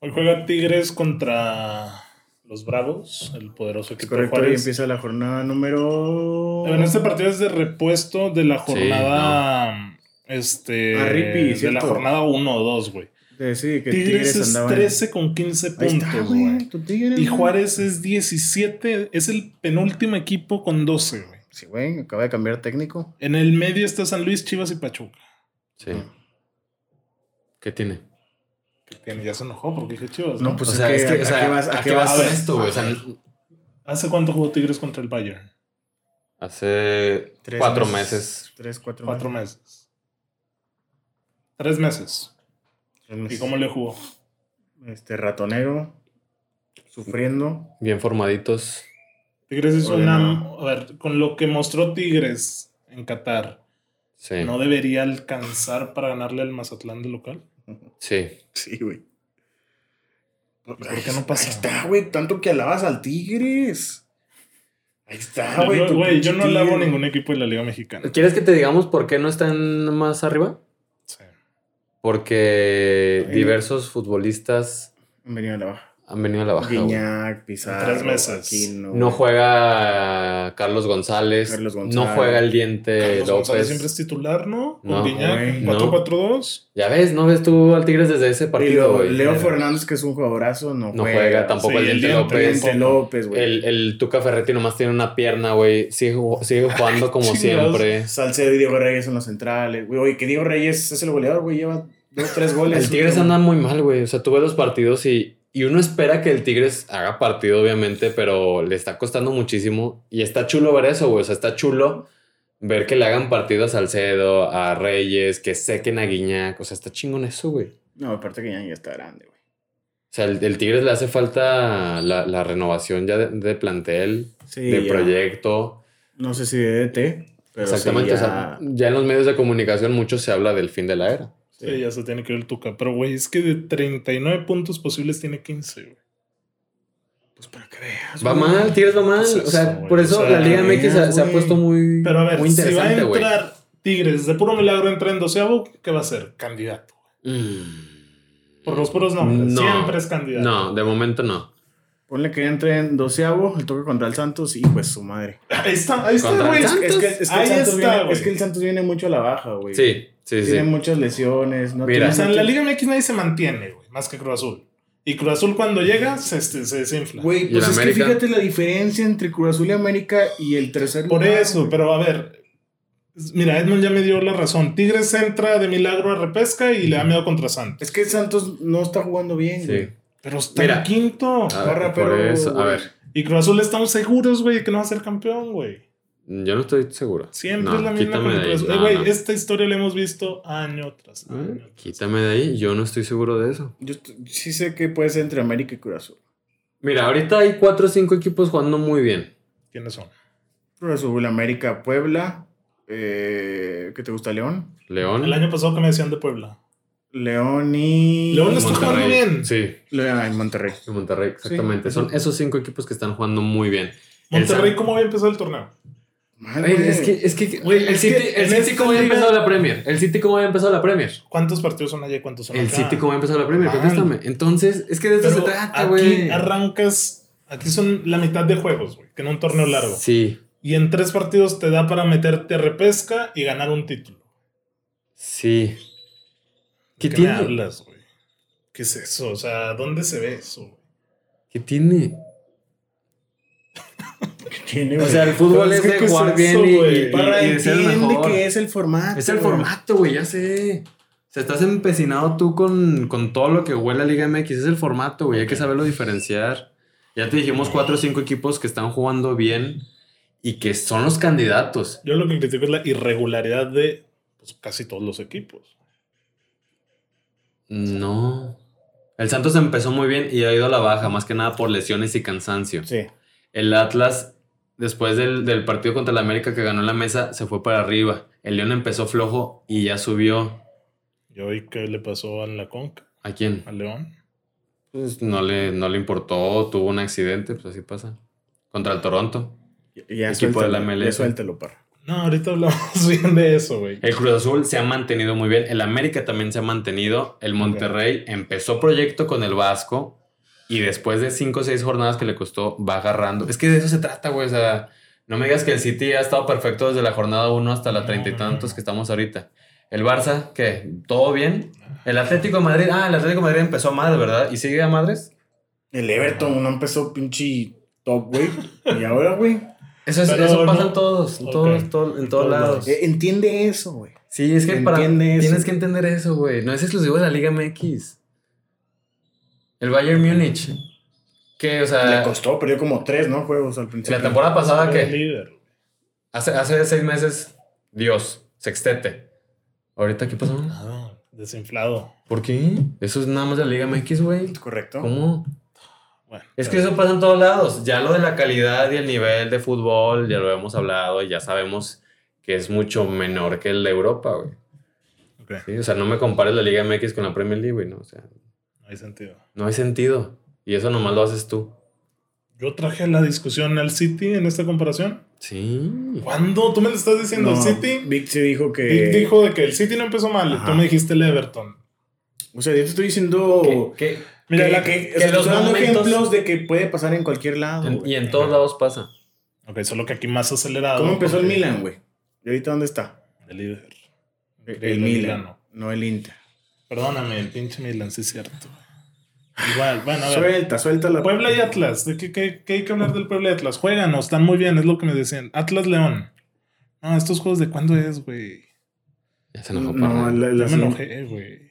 S1: Hoy juega Tigres contra los Bravos, el poderoso
S3: Es
S1: equipo de
S3: correcto. Y
S1: Juárez.
S3: empieza la jornada número.
S1: Bueno, este partido es de repuesto de la jornada. Este.
S3: Ah, Ripi,
S1: de la
S3: cierto.
S1: jornada 1 o 2, güey.
S3: Eh, sí, que
S1: Tigres,
S3: Tigres,
S1: es
S3: andaba.
S1: 13 con 15
S3: Ahí está,
S1: puntos,
S3: güey.
S1: güey.
S3: tu Tigres,
S1: Y
S3: güey.
S1: Juárez es 17, es el penúltimo equipo con 12, güey.
S3: Sí, güey, acaba de cambiar técnico.
S1: En el medio está San Luis, Chivas y Pachuca.
S2: Sí.
S3: Mm.
S2: ¿Qué tiene?
S1: Que tiene- ya se enojó porque dije Chivas.
S3: No,
S1: ¿no?
S3: pues
S2: o sea,
S3: es
S2: es
S3: que,
S2: que, o
S3: ¿a
S2: sea,
S3: qué vas, a qué vas?
S2: con esto, güey? O sea,
S1: ¿Hace cuánto jugó Tigres contra el Bayern?
S2: hace
S3: Tres
S2: cuatro meses.
S3: Tres, cuatro,
S1: Cuatro meses. Tres meses.
S3: Tres meses.
S1: ¿Y cómo le jugó?
S3: Este ratonero. Sufriendo.
S2: Bien formaditos.
S1: Tigres hizo
S3: Oye,
S1: una.
S3: no.
S1: A ver, con lo que mostró Tigres en Qatar,
S2: Sí.
S1: ¿no debería alcanzar para ganarle al Mazatlán de local?
S2: Sí.
S3: Sí, güey. ¿Por
S1: qué no pasa?
S3: Ahí está, güey. Tanto que alabas al Tigres. Ahí está,
S1: Yo
S3: Ah, güey.
S1: no-
S3: tu
S1: Güey, yo
S3: pinche
S1: no alabo
S3: Tigre.
S1: ningún equipo de la Liga Mexicana.
S2: ¿Quieres que te digamos por qué no están más arriba?
S1: Sí.
S2: Porque
S3: Ay.
S2: diversos futbolistas
S3: Han venido a la baja.
S2: han venido a la baja. güey.
S3: Guiñac, Pizarro.
S1: Tres meses.
S3: Aquino,
S2: No
S3: güey.
S2: juega Carlos González,
S3: Carlos
S2: No
S3: González.
S2: juega el diente
S1: Carlos González
S2: López.
S1: siempre es titular, ¿no? Con
S2: No,
S1: Guiñac,
S3: güey,
S2: no.
S1: 4-4-2.
S2: Ya ves, no ves tú al Tigres desde ese
S3: Y
S2: partido.
S3: luego,
S2: güey.
S3: Leo
S2: Eh,
S3: Fernández, que es un jugadorazo, no,
S2: No
S3: juega.
S2: juega tampoco
S1: Sí,
S2: el
S1: el
S2: diente
S1: Diente
S2: López.
S1: López.
S3: Vicente López, güey.
S2: El, el Tuca Ferretti nomás tiene una pierna, güey. Sigue, ju- sigue jugando como
S1: Chingados.
S2: siempre.
S3: Salcedo y Diego Reyes en los centrales. Güey, oye, que Diego Reyes es el goleador, güey. Lleva dos, tres goles.
S2: El Tigres anda muy mal, güey. O sea, tú ves los partidos y, y uno espera que el Tigres haga partido, obviamente, pero le está costando muchísimo. Y está chulo ver eso, güey. O sea, está chulo ver que le hagan partido a Salcedo, a Reyes, que sequen a Guiñac. O sea, está chingón eso, güey.
S3: No, aparte que ya, ya está grande, güey.
S2: O sea, el, el Tigres le hace falta la, la renovación ya de, de plantel,
S3: Sí,
S2: de
S3: ya.
S2: proyecto.
S3: No sé si de DT, pero
S2: Exactamente.
S3: sí,
S2: O sea,
S3: ya-
S2: ya en los medios de comunicación mucho se habla del fin de la era.
S1: Sí, ya se tiene que ver el Tuca. Pero, güey, es que de 39 puntos posibles tiene 15, güey.
S3: Pues para que veas.
S2: Va
S3: güey.
S2: mal, Tigres va mal.
S1: Pues eso,
S2: o sea,
S1: güey.
S2: por eso
S1: O sea,
S2: la Liga MX se- se, ha
S3: güey.
S2: puesto muy,
S1: Pero a ver,
S2: muy
S1: si va a
S2: interesante, güey.
S1: entrar Tigres de puro milagro entra en doceavo, ¿qué va a ser? Candidato.
S2: Mm.
S1: Por los puros nombres.
S2: No.
S1: Siempre es candidato.
S2: No, de momento no.
S3: Ponle que entre en doceavo, el toque contra el Santos y pues su madre.
S1: Ahí está, ahí está,
S2: Contra
S1: güey.
S2: el
S3: Es que, es que- es que el,
S1: Ahí
S3: Santos
S1: está,
S3: viene,
S1: güey.
S3: es que el Santos viene mucho a la baja, güey.
S2: Sí, sí, sí.
S3: Tiene muchas lesiones. No
S2: Mira.
S1: O
S3: tiene
S1: sea, en la
S3: mucho-
S1: Liga MX nadie se mantiene, güey, más que Cruz Azul. Y Cruz Azul cuando llega se, este, se desinfla.
S3: Güey,
S2: ¿Y
S3: pues
S2: el
S3: es
S2: América?
S3: que fíjate la diferencia entre Cruz Azul y América y el tercer
S1: Por
S3: lugar,
S1: eso,
S3: güey.
S1: pero a ver. Mira, Edmond ya me dio la razón. Tigres entra de milagro a repesca y le da miedo contra Santos.
S3: Es que Santos no está jugando bien,
S2: Sí.
S3: güey.
S1: Pero está
S2: Mira.
S1: en quinto.
S2: A ver,
S3: Barra,
S2: por
S3: pero,
S2: eso, a
S3: güey.
S2: ver,
S1: Y Cruz Azul estamos seguros, güey, que no va a ser campeón, güey.
S2: yo no estoy seguro.
S1: Siempre
S2: No,
S1: es la misma
S2: quítame
S1: con
S2: de
S1: el
S2: ahí.
S1: Cruz Azul. Eh,
S2: No,
S1: Güey,
S2: no.
S1: esta historia la hemos visto año tras año.
S2: Ah, Quítame de ahí, yo no estoy seguro de eso.
S3: Yo est- sí sé que puede ser entre América y Cruz Azul.
S2: Mira, ahorita hay cuatro o cinco equipos jugando muy bien.
S1: ¿Quiénes son?
S3: Cruz Azul, América, Puebla. Eh, ¿Qué te gusta, León?
S2: León.
S1: El año pasado que me decían de Puebla.
S3: León y.
S1: León está
S2: Monterrey.
S1: jugando bien.
S2: Sí,
S3: Le- ah, en Monterrey.
S2: y Monterrey, exactamente. Son esos cinco equipos que están jugando muy bien. El San-
S1: Monterrey, ¿cómo había empezado el torneo?
S3: Mal,
S2: Güey,
S3: güey.
S2: es que, es que,
S1: Güey,
S2: el
S1: es que
S2: City, el
S1: en este
S2: City
S1: esta
S2: cómo había
S1: liga-
S2: empezado la Premier. El City cómo había empezado la Premier.
S1: ¿Cuántos partidos son allá y cuántos son
S2: El
S1: acá?
S2: City cómo había empezado la Premier,
S1: Mal.
S2: contéstame. Entonces, es que de eso
S1: Pero
S2: se trata,
S1: aquí
S2: güey.
S1: arrancas, aquí son la mitad de juegos, güey, que en un torneo largo.
S2: Sí,
S1: Y en tres partidos te da para meterte a repesca y ganar un título.
S2: sí.
S1: ¿De
S2: ¿Qué
S1: ¿Qué me
S2: tiene?
S1: hablas, güey? ¿Qué es eso? O sea, ¿dónde se ve eso? güey?
S2: ¿Qué tiene?
S3: Tiene,
S2: O
S3: güey.
S2: sea, el fútbol
S1: Entonces,
S2: es
S1: ¿qué
S2: de
S1: es
S2: jugar
S1: eso,
S2: bien y,
S1: güey?
S2: y-
S3: Parra,
S2: y de ser el
S3: entiende
S2: mejor.
S3: que es el formato.
S2: Es el
S3: güey.
S2: formato, güey, ya sé. O sea, estás empecinado tú con, con todo lo que huele a Liga MX. Es el formato, güey. Hay que saberlo diferenciar. Ya te dijimos cuatro o cinco equipos que están jugando bien y que son los candidatos.
S1: Yo lo que critico es la irregularidad de pues, casi todos los equipos.
S2: No. El Santos empezó muy bien y ha ido a la baja, más que nada por lesiones y cansancio.
S3: Sí.
S2: El Atlas, después del, del partido contra el América que ganó en la mesa, se fue para arriba. El León empezó flojo y ya subió.
S1: ¿Y hoy qué le pasó a la Conca?
S2: ¿A quién?
S1: ¿A León?
S2: Pues no le, no le importó, tuvo un accidente, pues así pasa. Contra el Toronto.
S3: Ya,
S2: Equipo de la
S3: suéltalo, ya
S2: MLS.
S3: suéltalo, parra.
S1: No, ahorita hablamos bien de eso, güey.
S2: El Cruz Azul se ha mantenido muy bien. El América también se ha mantenido. El Monterrey empezó proyecto con el Vasco y después de 5 o 6 jornadas que le costó, va agarrando. Es que de eso se trata, güey. O sea, no me digas que el City ha estado perfecto desde la jornada 1 hasta la
S1: No,
S2: treinta y
S1: no,
S2: tantos
S1: no.
S2: que estamos ahorita. El Barça, ¿qué? ¿Todo bien? El Atlético de Madrid, ah, el Atlético de Madrid empezó a madre, ¿verdad? ¿Y sigue a madres?
S3: El Everton no empezó pinche top, güey. Y ahora, güey.
S2: Eso, es,
S1: Pero
S2: eso pasa
S1: no-
S2: en todos, en
S1: Ok.
S2: todos, todo- en todos
S1: todos
S2: lados.
S1: lados.
S3: Eh, Entiende eso, güey.
S2: Sí, es que para,
S3: Entiende eso.
S2: tienes que entender eso, güey. No es exclusivo de la Liga MX. El Bayern Múnich. Que, o
S3: Le
S2: sea,
S3: costó, perdió como tres, ¿no? Juegos al principio.
S2: eh, la temporada pasada
S1: Era el
S2: que
S1: líder.
S2: hace, hace seis meses, Dios, sextete. Ahorita, ¿qué pasó?
S1: Nada, Ah, desinflado.
S2: ¿Por qué? Eso es nada más la Liga MX, güey.
S3: Correcto.
S2: ¿Cómo?
S1: Bueno,
S2: Es que eso pasa en todos lados. Ya lo de la calidad y el nivel de fútbol, ya lo hemos hablado y ya sabemos que es mucho menor que el de Europa, güey.
S1: Ok,
S2: Sí, O sea, no me compares la Liga MX con la Premier League, güey, ¿no? O sea,
S1: no hay sentido.
S2: No hay sentido. Y eso nomás lo haces tú.
S1: Yo traje la discusión al City en esta comparación.
S2: Sí.
S1: ¿Cuándo? ¿Tú me le estás diciendo
S3: No,
S1: el City?
S3: Vic se dijo que.
S1: Dick dijo de que el City no empezó mal.
S3: Ajá.
S1: Tú me dijiste el Everton.
S3: O sea, yo te estoy diciendo.
S1: Mira,
S3: que-
S1: la
S3: que,
S2: que
S3: o sea,
S2: los
S3: estoy dando
S2: momentos-
S3: ejemplos de que puede pasar en cualquier lado.
S2: En-
S3: güey.
S2: y en todos lados pasa.
S1: Ok, solo que aquí más acelerado.
S3: ¿Cómo empezó el
S1: porque
S3: Milan, güey? ¿Y ahorita dónde está?
S1: El líder.
S3: El,
S1: El
S3: Milan.
S1: Milano.
S3: No el Inter.
S1: Perdóname, el pinche Milan, sí es cierto. Igual, bueno, a ver.
S3: Suelta, suelta la.
S1: Puebla y Atlas, ¿de qué, qué- qué hay que hablar del Puebla y Atlas? Juegan o están muy bien, es lo que me decían. Atlas León. No, estos juegos de cuándo es, güey.
S2: Ya se enojó
S3: No,
S2: Parra.
S3: la,
S1: Ya
S3: la-
S1: me enojé, güey.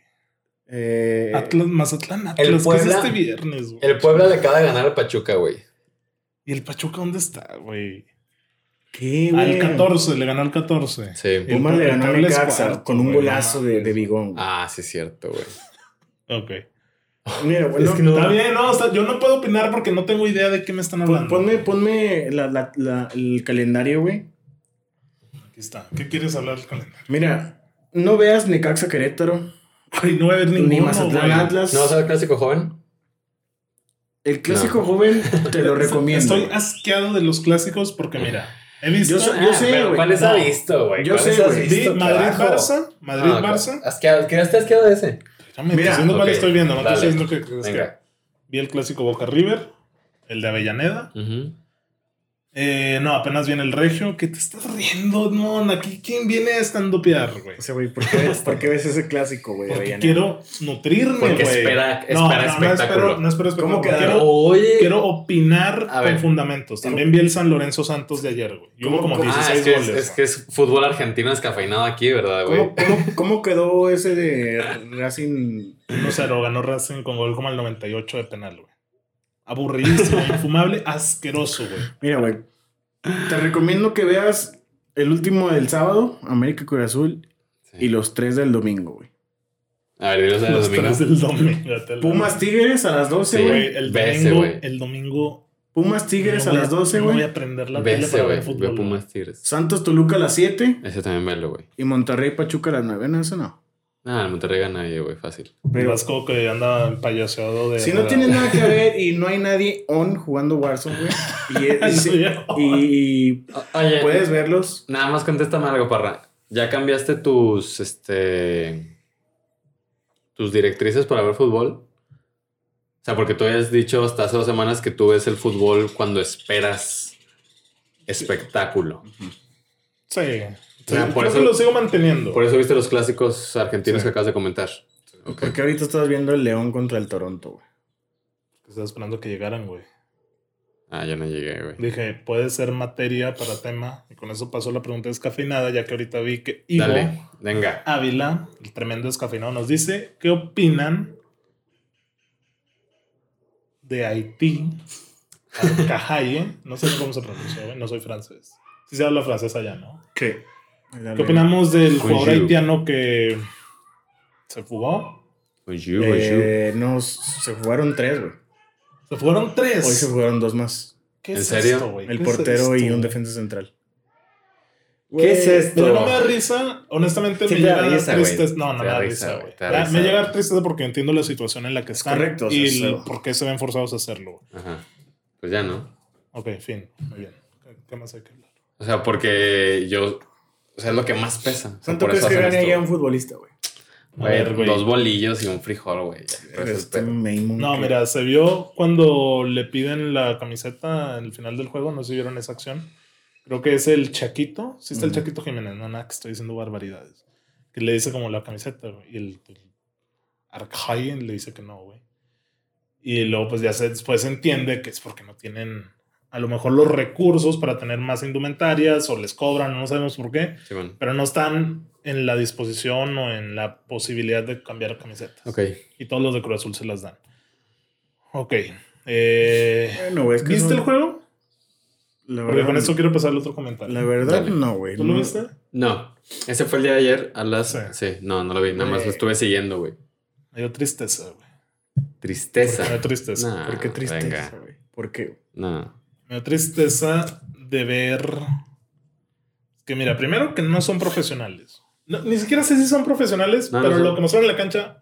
S3: Eh,
S1: Atlas, Mazatlán, Atlas,
S2: el
S1: ¿qué
S2: Puebla-
S1: es este viernes, güey?
S2: El Puebla le acaba de ganar al Pachuca, güey.
S1: ¿Y el Pachuca dónde está, güey?
S3: ¿Qué,
S1: Al
S3: güey?
S1: 14, le ganó al 14.
S2: Sí.
S1: El-
S3: Pumas le ganó
S1: el
S3: a
S1: Cables
S3: Necaxa
S1: cuarto,
S3: con un
S1: güey, no
S3: golazo de,
S1: mames.
S3: de Bigón. güey.
S2: Ah, sí, es cierto, güey.
S1: Ok.
S3: Mira, güey,
S2: es
S3: no,
S2: que no-
S1: Está bien, no, o sea, yo no puedo opinar porque no tengo idea de qué me están
S3: pon-
S1: hablando.
S3: ponme, ponme la- la- la- el calendario, güey.
S1: Aquí está. ¿Qué quieres hablar del calendario?
S3: Mira, no veas Necaxa Querétaro,
S1: Ay, no va a haber ninguno,
S3: ni Mazatlán
S1: güey.
S3: Atlas.
S2: ¿No vas a ver clásico joven?
S3: El clásico joven te lo recomiendo.
S1: Estoy asqueado de los clásicos porque, mira, he visto...
S3: Yo soy- yo sé,
S2: pero
S3: güey.
S2: ¿Cuáles
S1: No.
S2: ha visto, güey?
S3: Yo
S2: ¿Cuáles
S3: sé,
S2: has
S3: güey.
S2: visto,
S1: Sí, Madrid-Barça.
S2: carajo?
S1: Madrid-Barça.
S2: Ah, asqueado. ¿Quedaste asqueado de ese?
S1: Ya me estoy
S3: Mira,
S1: diciendo cuál
S2: ok,
S1: estoy viendo, no te estoy
S2: dale.
S1: diciendo que crees que
S2: Venga.
S1: vi el clásico Boca River, el de Avellaneda.
S2: Ujú.
S1: Eh, no, apenas viene el Regio. ¿Qué te estás riendo, no? Aquí quién viene a estandopear, güey.
S3: O sea, güey, ¿por qué ves, por qué ves ese clásico, güey?
S1: Porque
S3: Avellana?
S1: quiero nutrirme, güey.
S2: Porque espera, espera
S1: no, no, no espero,
S2: espectáculo.
S1: no espero espectáculo.
S3: ¿Cómo quedaron?
S1: Quiero,
S2: Oye.
S1: quiero opinar
S2: A ver.
S1: con fundamentos. También vi el San Lorenzo Santos de ayer, güey. Y hubo
S3: ¿Cómo-
S1: como
S3: cómo-
S2: Ah,
S1: 16
S2: es que es,
S1: goles.
S2: es que es fútbol argentino descafeinado aquí, ¿verdad, güey?
S3: ¿Cómo, cómo, cómo quedó ese de Racing?
S1: 1-0, ganó Racing con gol como al 98 de penal, güey. Aburridísimo, infumable, asqueroso, güey.
S3: Mira, güey, te recomiendo que veas el último del sábado, América Cruz Azul,
S2: Sí.
S3: y los tres del domingo, güey.
S2: A ver, dinos de los
S1: Los
S2: domingos.
S1: tres del domingo. ya te la-
S3: Pumas Tigres a las 12,
S2: Sí.
S3: güey.
S1: Güey, el
S2: Ve ese,
S1: domingo,
S2: güey.
S1: el domingo.
S3: Pumas Tigres
S1: no
S3: a
S1: voy
S3: las 12,
S1: no
S3: güey.
S1: voy a prender la
S2: Ve
S1: tele
S2: ese,
S1: para
S2: güey.
S1: ver
S2: Ve
S1: fútbol. güey.
S2: Pumas Tigres.
S3: Santos Toluca a las 7
S2: Ese también velo, güey.
S3: y Monterrey Pachuca a las 9. No, eso no.
S2: Nada, el Monterrey gana ahí, güey, fácil.
S1: El
S3: Pero
S1: Vasco que anda payaseado de.
S3: si no tienes nada que ver y no hay nadie on jugando Warzone, güey, y, es-
S1: Sí, ya.
S3: y- y
S2: Oye,
S3: puedes verlos.
S2: nada más contéstame algo, Parra. ¿Ya cambiaste tus, este, tus directrices para ver fútbol? O sea, porque tú habías dicho hasta hace dos semanas que tú ves el fútbol cuando esperas espectáculo.
S1: Sí. Sí,
S2: Ya, por
S1: creo
S2: eso-
S1: que lo sigo manteniendo.
S2: Por eso viste los clásicos argentinos
S1: Sí.
S2: que acabas de comentar. Ok.
S3: Porque ahorita estás viendo el León contra el Toronto, güey.
S1: Estaba esperando que llegaran, güey.
S2: Ah, yo no llegué, güey.
S1: Dije, puede ser materia para tema. Y con eso pasó la pregunta descafeinada, ya que ahorita vi que Ivo
S2: Dale, venga.
S1: Ávila, el tremendo descafeinado, nos dice: ¿Qué opinan de Haití? Cajaye. No sé cómo se pronuncia, güey. No soy francés. Si se habla francés allá, ¿no?
S3: ¿Qué?
S1: ¿Qué opinamos del
S2: Con
S1: jugador
S2: Giroud.
S1: haitiano que se fugó?
S2: Bonjour, bonjour.
S3: Eh, no, se jugaron tres, güey.
S1: Se fueron tres.
S3: Hoy se jugaron dos más.
S1: ¿Qué
S2: ¿En serio?
S1: güey?
S3: El
S1: ¿Qué es
S3: portero y
S1: esto?
S3: un defensa central.
S2: ¿Qué es
S3: Güey,
S2: esto?
S1: Mira, no me da risa, honestamente
S2: Sí
S1: me
S2: te da
S1: llega
S2: risa, güey.
S1: tristeza. No, no
S2: Te
S1: me
S2: da
S1: da
S2: risa,
S1: risa,
S2: güey,
S1: güey.
S2: te da
S1: Me-
S2: risa,
S1: Me llega
S2: güey.
S1: tristeza porque entiendo la situación en la que están.
S3: correcto, o sea,
S1: Y
S3: es
S1: el
S3: algo.
S1: por qué se ven forzados a hacerlo, güey.
S2: Ajá. Pues ya no.
S1: Ok, fin. Muy bien. ¿Qué- ¿Qué más hay que hablar?
S2: O sea, porque yo. O sea, es lo que más pesa. O sea,
S3: ¿Cuánto crees que
S2: hacen
S3: gane
S2: esto.
S3: ya un futbolista, güey?
S1: A ver, güey.
S2: Güey, dos bolillos y un frijol, güey. Ya, pues,
S3: Este
S2: espera.
S3: Maimon
S1: No,
S3: que-
S1: mira, se vio cuando le piden la camiseta en el final del juego, no sé si vieron esa acción. Creo que es el Chaquito, sí está el
S3: Ujú.
S1: Chaquito Jiménez, no, nada, que estoy diciendo barbaridades. Que le dice como la camiseta, güey, y el, el Arkayen le dice que no, güey. Y luego pues ya se, después se entiende que es porque no tienen a lo mejor los recursos para tener más indumentarias o les cobran, no sabemos por qué,
S2: Sí, bueno.
S1: pero no están en la disposición o en la posibilidad de cambiar camisetas
S2: Ok.
S1: y todos los de Cruz Azul se las dan. Ok. eh,
S3: Bueno, güey, es que
S1: ¿Viste
S3: no-
S1: el juego?
S3: La
S1: Porque
S3: verdad,
S1: con eso quiero pasar al otro comentario.
S3: la verdad
S2: Dale.
S3: no, güey.
S1: ¿Tú lo
S3: no.
S1: viste?
S2: No. Ese fue el día de ayer a las.
S1: Sí.
S2: Sí, no, no lo vi. Nada más
S3: Eh.
S2: lo estuve siguiendo, güey.
S1: Me dio tristeza, güey.
S2: Tristeza.
S1: Me dio tristeza.
S2: Nah,
S3: ¿Por qué tristeza,
S2: Ah, venga.
S3: güey? ¿Por qué?
S2: No.
S1: Me dio tristeza de ver. Que mira, primero que no son profesionales. No, ni siquiera sé si son profesionales,
S2: No, no
S1: pero
S2: son.
S1: lo que mostraron en la cancha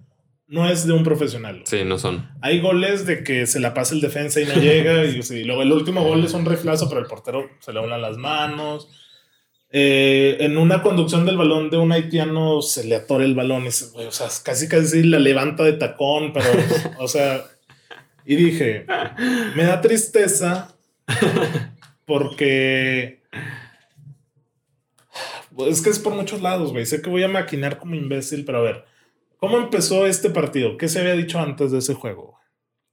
S1: no es de un profesional. güey.
S2: Sí, no son.
S1: Hay goles de que se la pasa el defensa y no llega. y sí, luego el último gol es un reflazo, pero el portero se le hablan las manos. Eh, en una conducción del balón de un haitiano se le atora el balón. y se- güey, o sea, casi casi la levanta de tacón, pero, o sea. Y dije, me da tristeza porque. Es que es por muchos lados, güey. Sé que voy a maquinar como imbécil, pero a ver. ¿Cómo empezó este partido? ¿Qué se había dicho antes de ese juego?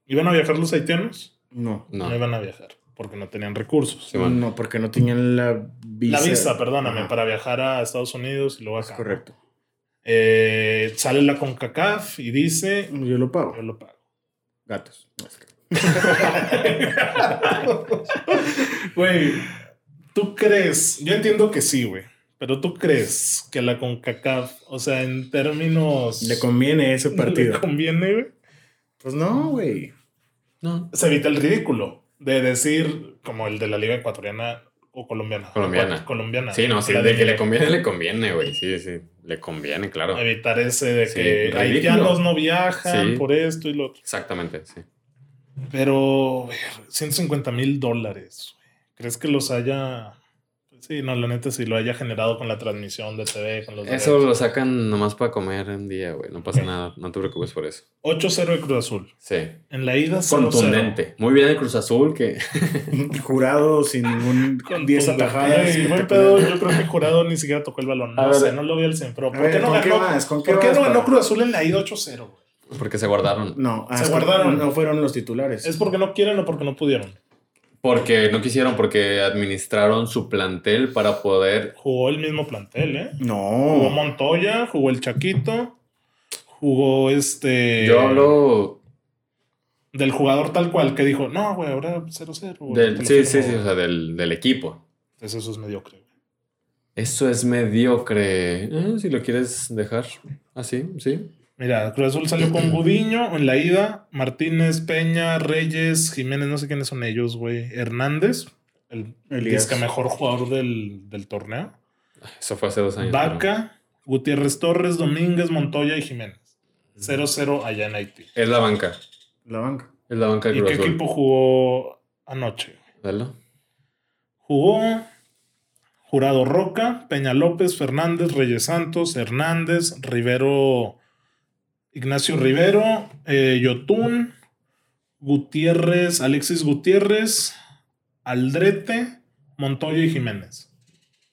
S1: ¿Iban a viajar los haitianos?
S3: No.
S1: No,
S2: No.
S1: iban a viajar porque no tenían recursos.
S2: Sí, bueno.
S3: No, porque no tenían la visa.
S1: La visa, perdóname,
S3: Ajá,
S1: para viajar a Estados Unidos y luego acá.
S3: Es correcto.
S1: Eh, sale la CONCACAF y dice,
S3: Yo lo pago.
S1: yo lo pago.
S3: Gatos.
S1: Güey, ¿tú crees? Yo entiendo que sí, güey. Pero ¿tú crees que la CONCACAF, o sea, en términos...
S3: Le conviene ese partido.
S1: ¿Le conviene, güey?
S3: Pues no, güey.
S2: No.
S1: se evita el ridículo de decir, como el de la Liga Ecuatoriana o colombiana.
S2: Colombiana.
S1: Colombiana.
S2: Sí, no, sí,
S1: La
S2: de que le conviene, le conviene, güey. Sí, sí. Le conviene, claro.
S1: Evitar ese de
S2: Sí,
S1: que
S2: ridículo.
S1: haitianos no viajan
S2: Sí.
S1: por esto y lo otro.
S2: Exactamente, sí.
S1: Pero, güey, 150 mil dólares. güey. ¿Crees que los haya.? Pues Sí, no, la neta, si lo haya generado con la transmisión de TV, con los.
S2: Eso
S1: derechos.
S2: lo sacan nomás para comer un día, güey. No pasa
S1: Ok.
S2: nada. No te preocupes por eso.
S1: 8-0 de Cruz Azul.
S2: Sí.
S1: En la ida, 0-0.
S2: Contundente. Muy bien el Cruz Azul que.
S3: Jurado sin ningún 10
S1: Contundente.
S3: atajadas.
S1: Ay, buen pedo, yo creo que Jurado ni siquiera tocó el balón.
S2: A
S1: No
S2: ver.
S1: sé, no lo vi al centro.
S3: A
S1: ¿Por qué
S3: ver,
S1: no
S3: ¿con qué
S1: ganó
S3: vas? ¿Con qué
S1: ¿Por qué
S3: vas,
S1: no ganó
S3: padre?
S1: Cruz Azul en la ida 8-0? güey?
S2: Porque se guardaron.
S3: No,
S1: Se
S3: hasta-
S1: guardaron.
S3: No fueron los titulares.
S1: ¿Es porque no quieren o porque no pudieron?
S2: Porque no quisieron, porque administraron su plantel para poder.
S1: Jugó el mismo plantel, ¿eh? Jugó
S3: No.
S1: Montoya, jugó el Chaquito, jugó este.
S2: Yo hablo.
S1: Del jugador tal cual que dijo, no, güey, ahora 0-0. güey, te
S2: Del,
S1: lo
S2: sí,
S1: firmo,
S2: sí, sí,
S1: güey".
S2: o sea, del, del equipo.
S1: Entonces eso es mediocre.
S2: Eso es mediocre. Eh, si lo quieres dejar así, sí.
S1: Mira, Cruz Azul salió con Gudiño en la ida. Martínez, Peña, Reyes, Jiménez, no sé quiénes son ellos, güey. Hernández, el
S3: Elías.
S1: disque mejor jugador del, del torneo.
S2: Eso fue hace dos años. pero-
S1: Vaca, Gutiérrez Torres, Domínguez, Montoya y Jiménez. 0-0 allá en Haití.
S2: Es la banca.
S3: La banca.
S2: Es la banca
S1: ¿Y
S2: de Cruz
S1: qué
S2: Azul.
S1: equipo jugó anoche?
S2: Dalo.
S1: Jugó Jurado Roca, Peña López, Fernández, Reyes Santos, Hernández, Rivero, Ignacio Rivero, eh, Yotun, Gutiérrez, Alexis Gutiérrez, Aldrete, Montoya y Jiménez.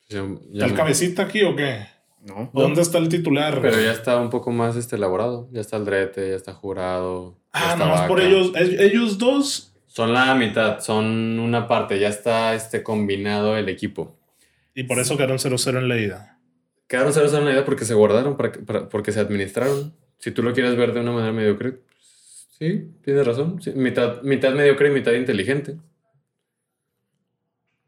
S2: Ya- ya
S1: ¿Está el
S2: me-
S1: cabecita aquí o qué?
S3: No.
S1: ¿Dónde está el titular?
S2: Pero ya está un poco más este, elaborado. Ya está Aldrete, ya está Jurado. ya
S1: ah,
S2: está
S1: nomás por
S2: Vaca.
S1: ellos. e- Ellos dos
S2: Son la mitad, son una parte. Ya está este, combinado el equipo.
S1: Y por eso quedaron 0-0 en la ida.
S2: Quedaron 0 en la idea porque se guardaron, para, para- porque se administraron. Si tú lo quieres ver de una manera mediocre, pues, sí, tienes razón. sí, mitad, mitad mediocre y mitad inteligente.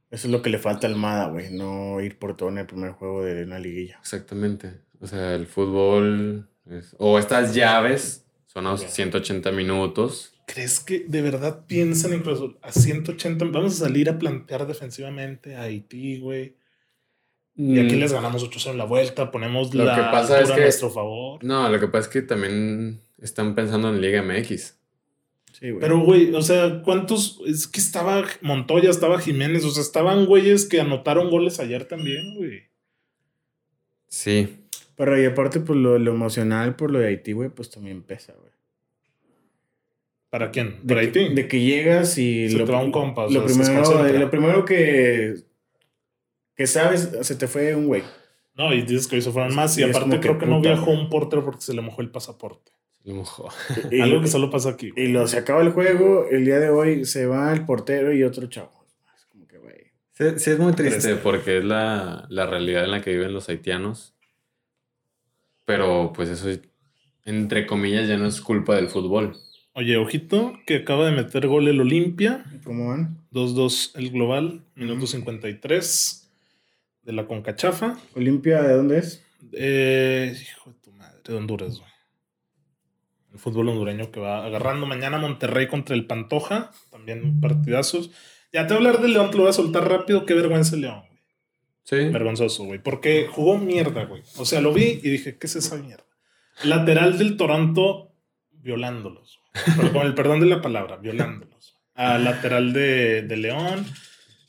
S3: Eso es lo que le falta a Almada, güey. No ir por todo en el primer juego de una liguilla.
S2: Exactamente. O sea, el fútbol es- o estas llaves Son a
S1: Ok.
S2: 180 minutos.
S1: ¿Crees que de verdad piensan incluso a 180? Vamos a salir a plantear defensivamente a Haití, güey. Y aquí
S2: Mm,
S1: les ganamos 8 en la vuelta, ponemos
S2: Lo
S1: la
S2: que pasa es
S1: altura
S2: que-
S1: a nuestro favor.
S2: No, lo que pasa es que también están pensando en Liga MX.
S3: Sí, güey.
S1: Pero, güey, o sea, ¿cuántos? Es que estaba Montoya, estaba Jiménez, o sea, estaban güeyes que anotaron goles ayer también, güey.
S2: Sí.
S3: Pero y aparte, pues lo, lo emocional por lo de Haití, güey, pues también pesa, güey.
S1: ¿Para quién?
S3: De
S1: ¿Para
S3: que-
S1: Haití?
S3: De que llegas y
S1: Se te va un compa, o
S3: lo,
S1: sea, se
S3: primero,
S1: desconcentra.
S3: lo primero que, que sabes, se te fue un güey.
S1: No, y dices que hoy se fueron más. Y,
S3: Y es
S1: aparte
S3: como que
S1: creo que no
S3: puta,
S1: viajó
S3: güey.
S1: un portero porque se le mojó el pasaporte.
S2: lo mejor.
S3: Y,
S1: Algo que solo pasa aquí. güey.
S3: y lo se acaba el juego, el día de hoy se va el portero y otro chavo. Es como que, güey.
S2: Sí, sí es muy
S1: Triste.
S2: triste porque es la, la realidad en la que viven los haitianos. Pero pues eso, entre comillas, ya no es culpa del fútbol.
S1: Oye, ojito, que acaba de meter gol el Olimpia.
S3: ¿Cómo van?
S1: 2-2 el global, minuto 53 de la Concachafa.
S3: ¿Olimpia de dónde es?
S1: Eh, hijo de tu madre, de Honduras, güey. El fútbol hondureño que va agarrando mañana Monterrey contra el Pantoja. También partidazos. Ya te voy a hablar del León, te lo voy a soltar rápido. Qué vergüenza el León, güey.
S2: Sí.
S1: Vergonzoso, güey. Porque jugó mierda, güey. O sea, lo vi y dije, ¿qué es esa mierda? Lateral del Toronto violándolos. güey. Pero con el perdón de la palabra, violándolos. Al lateral de, de León.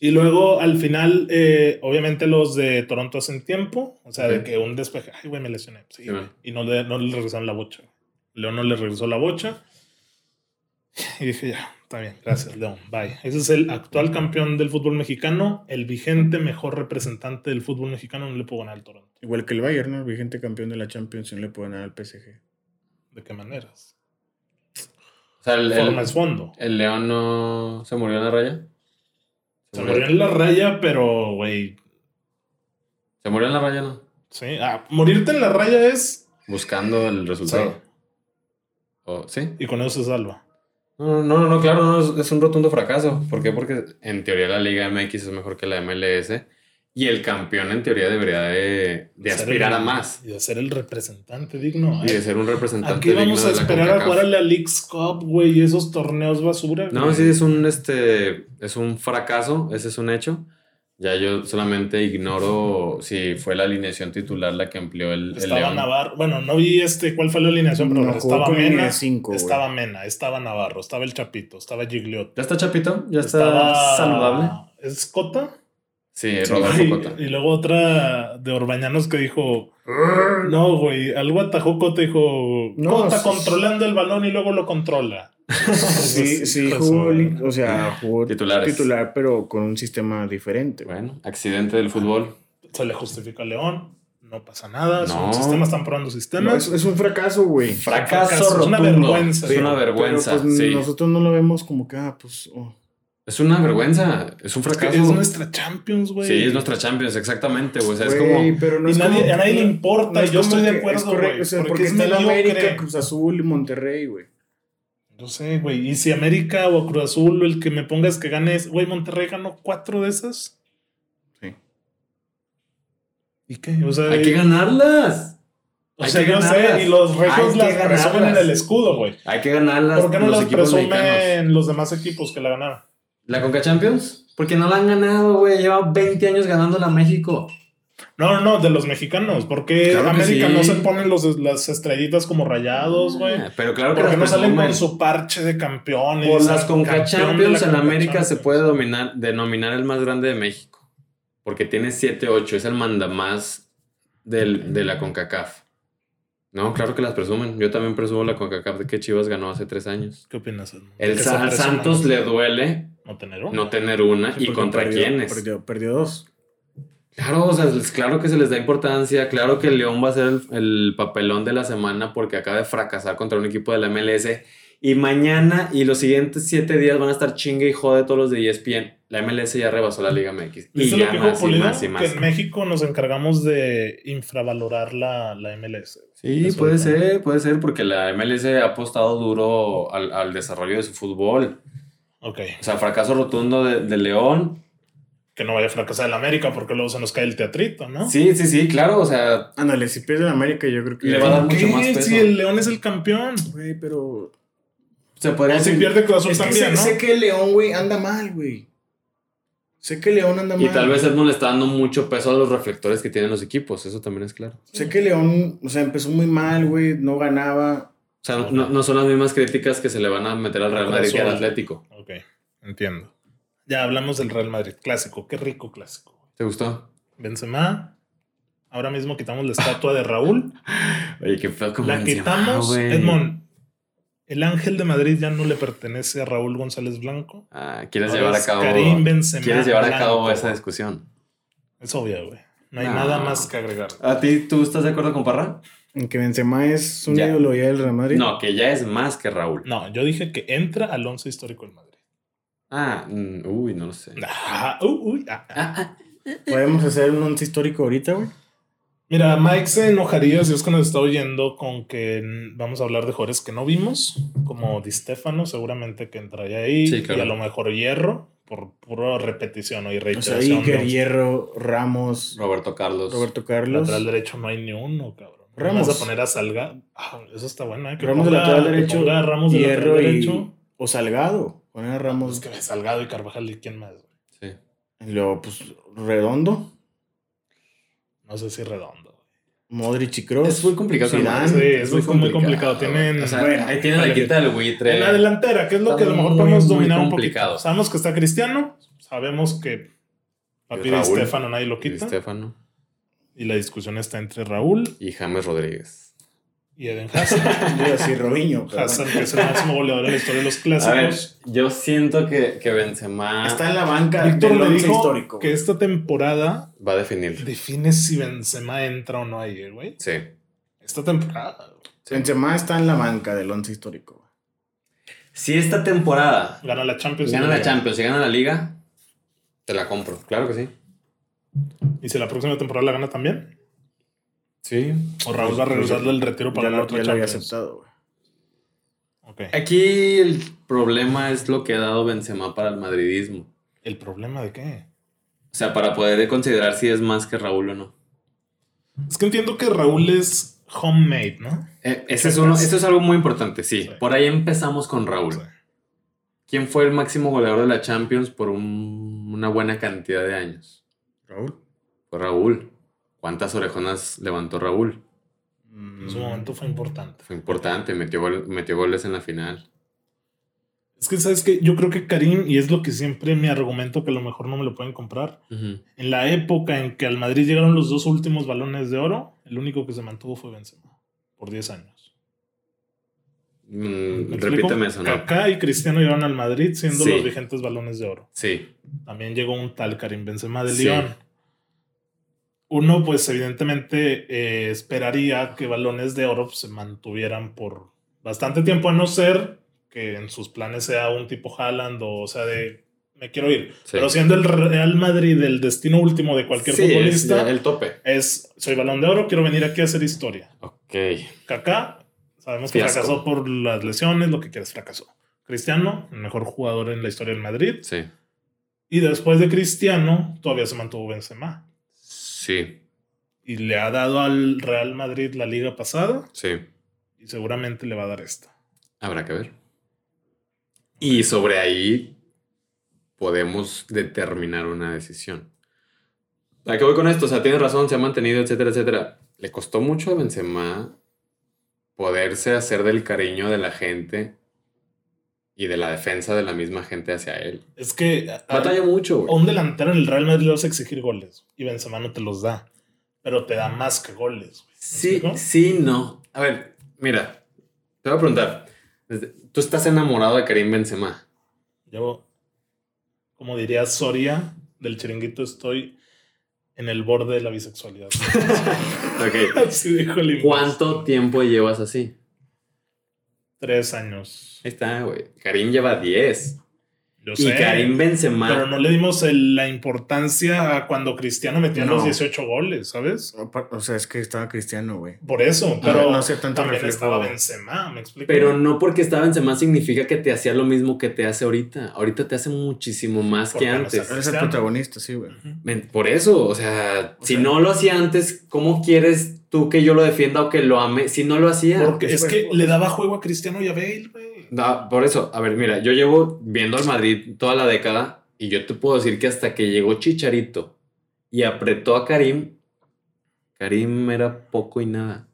S1: Y luego al final, eh, obviamente los de Toronto hacen tiempo. O sea, de
S2: Ok.
S1: que un despeje. Ay, güey, me lesioné. Sí,
S2: Sí,
S1: güey.
S2: va.
S1: Y no le, no le regresaron la bocha. güey. León no le regresó la bocha. Y dije, ya, está bien, gracias, León, bye. Ese es el actual campeón del fútbol mexicano, el vigente mejor representante del fútbol mexicano. No le puedo ganar al Toronto.
S3: Igual que el Bayern, ¿no? El vigente campeón de la Champions, no le puede ganar al PSG.
S1: ¿De qué maneras?
S2: O sea, el, el-
S1: Forma es fondo.
S2: el león no se murió en la raya.
S1: Se murió en la raya, pero, güey.
S2: se murió en la raya, no.
S1: Sí, ah, morirte en la raya es.
S2: Buscando el resultado. O- ¿Sí?
S1: Y con eso se salva.
S2: No, no, no, no, claro, no, es, es un rotundo fracaso. ¿Por qué? Porque en teoría la Liga MX es mejor que la MLS y el campeón en teoría debería de, de
S1: ser
S2: aspirar
S1: el-
S2: a más
S1: Y de ser el representante digno.
S2: y de ser un representante
S1: Aquí vamos a
S2: digno de la
S1: esperar a
S2: CONCACAF.
S1: jugar a la League's Cup, güey, y esos torneos basura.
S2: No,
S1: güey.
S2: sí, es un, este, es un fracaso, ese es un hecho. Ya yo solamente ignoro si fue la alineación titular la que empleó el, el
S1: Estaba
S2: León.
S1: Navarro. Bueno, no vi este cuál fue la alineación, pero
S3: No, jugó
S1: estaba
S3: con línea
S1: Mena.
S3: de cinco, güey.
S1: estaba Mena, estaba Navarro, estaba el Chapito, estaba Gigliotti.
S2: ¿Ya está Chapito? ¿Ya está
S1: estaba-
S2: saludable?
S1: ¿Es Cota?
S2: Sí,
S3: Sí.
S2: Rodolfo
S1: Y,
S2: Cota.
S1: y luego otra de Orbañanos que dijo: No, güey, algo atajó Cota, dijo:
S3: No,
S1: Cota
S3: sí.
S1: controlando el balón y luego lo controla.
S3: Sí,
S1: Entonces, pues, eh,
S3: sí,
S1: hijo de su
S3: jugó,
S1: madre.
S3: li- o sea, jugó
S2: Titulares.
S3: titular, pero con un sistema diferente. güey.
S2: Bueno, accidente del fútbol.
S1: Se le justifica a León, no pasa nada.
S2: No.
S1: Son sistemas, están probando
S3: No,
S1: sistemas.
S3: es, es un fracaso, güey.
S2: Fracaso,
S1: Fracaso, es una
S2: rotundo.
S1: vergüenza.
S2: Es una
S1: Pero,
S3: Pero,
S2: vergüenza.
S3: pues,
S2: sí.
S3: Nosotros no lo vemos como que, ah, pues. oh.
S2: Es una vergüenza. Es un
S1: Es que
S2: fracaso.
S1: es nuestra Champions, güey.
S2: Sí, es nuestra Champions, exactamente. güey. O sea, es
S3: Güey,
S2: como.
S3: pero no
S1: y
S3: es
S1: nadie-
S3: como-
S1: a nadie le importa,
S3: es
S1: yo
S3: como
S1: estoy de
S3: que
S1: acuerdo,
S3: es correcto,
S1: güey,
S3: o sea,
S1: porque
S3: porque,
S1: es
S3: está el
S1: mediocre.
S3: América, Cruz Azul y Monterrey, güey.
S1: Yo sé, güey. Y si América o Cruz Azul, el que me pongas que ganes, güey, Monterrey ganó cuatro de esas.
S3: Sí.
S1: ¿Y qué? O sea,
S2: Hay que ganarlas.
S1: o
S2: hay
S1: sea,
S2: que
S1: yo
S2: ganarlas.
S1: sé, y los
S2: Hay
S1: regios
S2: que
S1: las presumen en
S2: ganarlas.
S1: el escudo, güey.
S2: Hay que ganarlas.
S1: ¿Por qué no
S2: los
S1: las
S2: equipos
S1: presumen
S2: mexicanos.
S1: los demás equipos que la ganaron?
S2: ¿La Conca Champions? Porque no la han ganado, güey. Lleva 20 años ganándola México.
S1: No, no, no, de los mexicanos. ¿Por qué
S2: Claro que
S1: América
S2: sí.
S1: no se ponen los, las estrellitas como rayados, güey?
S2: Ah, Pero claro que
S1: ¿Por qué no
S2: las
S1: salen
S2: presumen.
S1: con su parche de campeones?
S2: Por las Conca
S1: campeón
S2: Champions
S1: de
S2: en
S1: la Conca
S2: América se
S1: Champions?
S2: puede dominar, denominar el más grande de México. Porque tiene 7-8, es el mandamás del, de la CONCACAF. No, claro que las presumen. Yo también presumo la CONCACAF de que Chivas ganó hace tres años.
S1: ¿Qué opinas? Edmond? ¿De
S2: El
S1: que
S2: Sa-
S1: se
S2: al
S1: presuman?
S2: Santos le duele
S1: No tener uno.
S2: no tener una
S3: Sí,
S2: y
S3: porque
S2: contra
S3: perdió-
S2: quiénes.
S3: Perdió, perdió dos.
S2: Claro, o sea, es- claro que se les da importancia, claro que León va a ser el, el papelón de la semana porque acaba de fracasar contra un equipo de la MLS y mañana y los siguientes siete días van a estar chingue y jode todos los de E ESPN. La MLS ya rebasó la Liga MX y
S1: ¿Viste lo
S2: ya
S1: que dijo
S2: más y
S1: Pulido?
S2: más y
S1: Que
S2: más.
S1: en México nos encargamos de infravalorar la, la MLS.
S2: Sí,
S1: Eso
S2: puede
S1: es verdad.
S2: ser, puede ser porque la MLS ha apostado duro al, al desarrollo de su fútbol.
S1: Ok.
S2: O sea, fracaso rotundo de, de León.
S1: que no vaya a fracasar el América porque luego se nos cae el teatrito, ¿no?
S2: Sí, sí, sí, claro. O sea,
S3: Ándale, si pierde el América, yo creo que.
S2: Le va a dar
S1: ¿Por
S2: mucho
S1: qué?
S2: más peso.
S1: Si el León es el campeón.
S3: Güey, pero.
S2: se podría
S1: Si
S2: decir-
S1: pierde Cruz Azul
S3: Es que
S1: también,
S3: sé,
S1: ¿no?
S3: sé que el León, güey, anda mal, güey. Sé que el León anda
S2: Y
S3: mal.
S2: tal vez Edmond le está dando mucho peso a los reflectores que tienen los equipos, eso también es claro.
S3: Sé que León, o sea, empezó muy mal, güey, no ganaba.
S2: O sea, no, no son las mismas críticas que se le van a meter al Real Madrid y al Atlético.
S1: Ok, entiendo. Ya hablamos del Real Madrid. Clásico, qué rico clásico.
S2: ¿Te gustó?
S1: Benzema. Ahora mismo quitamos la estatua de Raúl.
S2: Oye, qué feo como
S1: La quitamos. Edmond, el ángel de Madrid ya no le pertenece a Raúl González Blanco.
S2: Ah, quieres
S1: Ahora
S2: llevar a
S1: es
S2: cabo.
S1: Karim Benzema
S2: Quieres llevar a cabo
S1: Blanco.
S2: esa discusión.
S1: Es obvio, güey. No hay
S2: No.
S1: nada más que agregar.
S2: ¿A ti tú estás de acuerdo con Parra?
S3: En que Benzema es un
S2: Ya.
S3: ídolo ya del Real Madrid.
S2: No, que ya es más que Raúl.
S1: No, yo dije que entra al once histórico del Madrid.
S2: Ah, mm, uy, no lo sé.
S1: Ah, uh, uy, ah, ah.
S3: Podemos hacer un once histórico ahorita, güey.
S1: Mira, Mike se enojaría si es que nos está oyendo con que mm, vamos a hablar de jugadores que no vimos, como Di Stefano, seguramente que entraría ahí,
S2: Sí, claro.
S1: y a lo mejor Hierro, por pura repetición ¿no? y
S3: O sea,
S1: reiteración.
S3: Iker,
S1: de-
S3: Hierro, Ramos,
S2: Roberto Carlos.
S3: Roberto Carlos.
S1: lateral derecho no hay ni uno, cabrón. ¿No
S3: Ramos.
S1: Vas a poner a Salga. Ah, eso está bueno, ¿eh? Que
S3: Ramos de
S1: ponga-
S3: lateral
S1: que
S3: derecho,
S1: ponga a Ramos de
S3: Hierro
S1: lateral
S3: y-
S1: derecho.
S3: O Salgado. Poner a
S1: Pues
S3: Ramos.
S1: que Salgado y Carvajal y quién más. güey?
S2: Sí.
S3: Y Luego, pues, Redondo,
S1: No sé si redondo. güey.
S3: Modric y Kroos.
S2: Es muy complicado.
S3: Zidane.
S2: hermano.
S3: Sí,
S1: es muy complicado. Tienen-
S2: O sea,
S3: Bueno,
S2: ahí tienen la
S1: vale.
S2: quinta del buitre.
S1: En la delantera, que es lo que
S2: Está
S1: a lo mejor
S2: muy,
S1: podemos
S2: muy
S1: dominar un
S2: complicado.
S1: poquito. Sabemos que está Cristiano, sabemos que Papi de
S2: Raúl.
S1: Estefano nadie lo
S2: Y
S1: quita.
S2: Estefano.
S1: Y la discusión está entre Raúl
S2: Y James Rodríguez.
S1: y Eden Hazard.
S3: Yo iba a decir Robinho, pero bueno.
S1: Hazard, que es el máximo goleador de la historia de los
S2: A ver,
S1: clásicos.
S2: yo siento que, que Benzema
S3: Ah. Está en la banca
S1: Víctor
S3: del
S1: me
S3: once
S1: dijo
S3: histórico.
S1: que esta temporada
S2: va a definir.
S1: define si Benzema entra o no ahí, eh, güey.
S2: Sí.
S1: Esta temporada güey.
S3: Benzema está en la banca del once histórico.
S2: Si esta temporada
S1: gana la Champions
S2: gana
S1: League.
S2: la Champions y gana la Liga, te la compro. Claro que sí.
S1: Y si la próxima temporada la gana también,
S2: Sí.
S1: o Raúl va a regresar del retiro para
S3: Pues Ya,
S1: la
S3: lo,
S1: otra
S3: ya lo había
S1: Champions.
S3: aceptado, güey.
S1: Ok.
S2: Aquí el problema es lo que ha dado Benzema para el madridismo.
S1: ¿El problema de qué?
S2: O sea, para poder considerar si es más que Raúl o no.
S1: Es que entiendo que Raúl es homemade, ¿no?
S2: Eh, ese es uno, eso es algo muy importante, sí.
S1: Sí.
S2: Por ahí empezamos con Raúl.
S1: Sí.
S2: ¿Quién fue el máximo goleador de la Champions por un- una buena cantidad de años?
S3: Raúl.
S2: Fue Raúl. ¿Cuántas orejonas levantó Raúl?
S1: En
S3: Mm.
S1: su momento fue importante.
S2: Fue importante, metió, gol- metió goles en la final.
S1: Es que, ¿sabes que Yo creo que Karim, y es lo que siempre mi argumento que a lo mejor no me lo pueden comprar, en la época en que al Madrid llegaron los dos últimos balones de oro, el único que se mantuvo fue Benzema, por 10 años.
S2: Mm,
S1: ¿Me explico?
S2: repíteme eso, ¿no?
S1: Kaká y Cristiano llegaron al Madrid siendo
S2: Sí.
S1: los vigentes balones de oro.
S2: Sí.
S1: También llegó un tal Karim Benzema de
S2: Sí.
S1: Lyon. Uno, pues evidentemente eh, esperaría que balones de oro pues, se mantuvieran por bastante tiempo, a no ser que en sus planes sea un tipo Haaland o sea de me quiero ir.
S2: Sí.
S1: Pero siendo el Real Madrid el destino último de cualquier
S2: Sí,
S1: futbolista,
S2: es el tope.
S1: es soy balón de oro, quiero venir aquí a hacer historia.
S2: Ok.
S1: Kaká, sabemos que
S2: Fiasco.
S1: fracasó por las lesiones, lo que quieras, fracasó. Cristiano, el mejor jugador en la historia del Madrid.
S2: Sí.
S1: Y después de Cristiano, todavía se mantuvo Benzema.
S2: Sí.
S1: Y le ha dado al Real Madrid la liga pasada
S2: Sí.
S1: y seguramente le va a dar esta.
S2: Habrá que ver. Y sobre ahí podemos determinar una decisión. ¿A qué voy con esto? O sea, tienes razón, se ha mantenido, etcétera, etcétera. Le costó mucho a Benzema poderse hacer del cariño de la gente y de la defensa de la misma gente hacia él.
S1: Es que a,
S2: Batalla mucho,
S1: a
S2: güey.
S1: un delantero en el Real Madrid le vas a exigir goles y Benzema no te los da, pero te da más que goles. güey. ¿Me
S2: Sí,
S1: explico?
S2: sí, no. A ver, mira, te voy a preguntar. desde- Tú estás enamorado de Karim Benzema.
S1: Yo, como diría Soria del chiringuito, estoy en el borde de la bisexualidad.
S2: Ok.
S1: Así dijo el imbécil.
S2: ¿Cuánto tiempo llevas así? Ah,
S1: Tres años.
S2: Ahí está, güey. Karim lleva 10.
S1: Yo
S2: Y
S1: sé,
S2: Karim Benzema.
S1: pero no le dimos el- la importancia a cuando Cristiano metía
S3: No.
S1: los 18 goles, ¿sabes?
S3: O sea, es que estaba Cristiano, güey.
S1: Por eso,
S3: Ah,
S1: pero
S3: no hacía tanto
S1: también
S3: reflejo.
S1: estaba Benzema, ¿me explico?
S2: Pero no porque estaba Benzema significa que te hacía lo mismo que te hace ahorita. Ahorita te hace muchísimo más
S1: Porque
S2: que
S1: no
S2: antes.
S1: sabe.
S3: Eres el
S1: Cristiano.
S3: protagonista, sí, güey.
S1: Ujú.
S2: Men, Por eso, o sea,
S3: O
S2: si
S3: sea-
S2: no lo hacía antes, ¿cómo quieres tú que yo lo defienda o que lo ame? Si no lo hacía.
S1: Porque es
S3: Después,
S1: que
S3: por-
S1: le daba juego a Cristiano y a Bale, güey.
S2: Da- por eso, a ver, mira, yo llevo viendo al Madrid toda la década y yo te puedo decir que hasta que llegó Chicharito y apretó a Karim, Karim era poco y nada.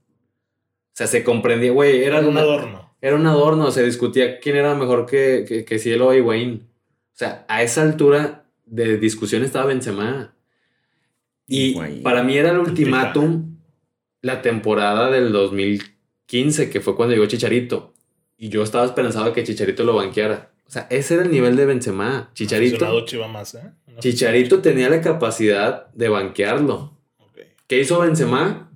S2: O sea, se comprendía, güey, era,
S1: Era un
S2: una-
S1: adorno.
S2: era un adorno, se discutía quién era mejor que, que, que Cielo o Higuaín. O sea, a esa altura de discusión estaba Benzema. Y
S3: Higuaín.
S2: para mí era el ultimátum la temporada del 2015, que fue cuando llegó Chicharito. Y yo estaba esperanzado de que Chicharito lo banqueara. O sea, ese era el nivel de Benzema.
S1: Aficionado
S2: Chicharito,
S1: Chiva más, ¿eh? Un
S2: Chicharito tenía la capacidad de banquearlo.
S1: aficionado. Ok.
S2: ¿Qué hizo Benzema?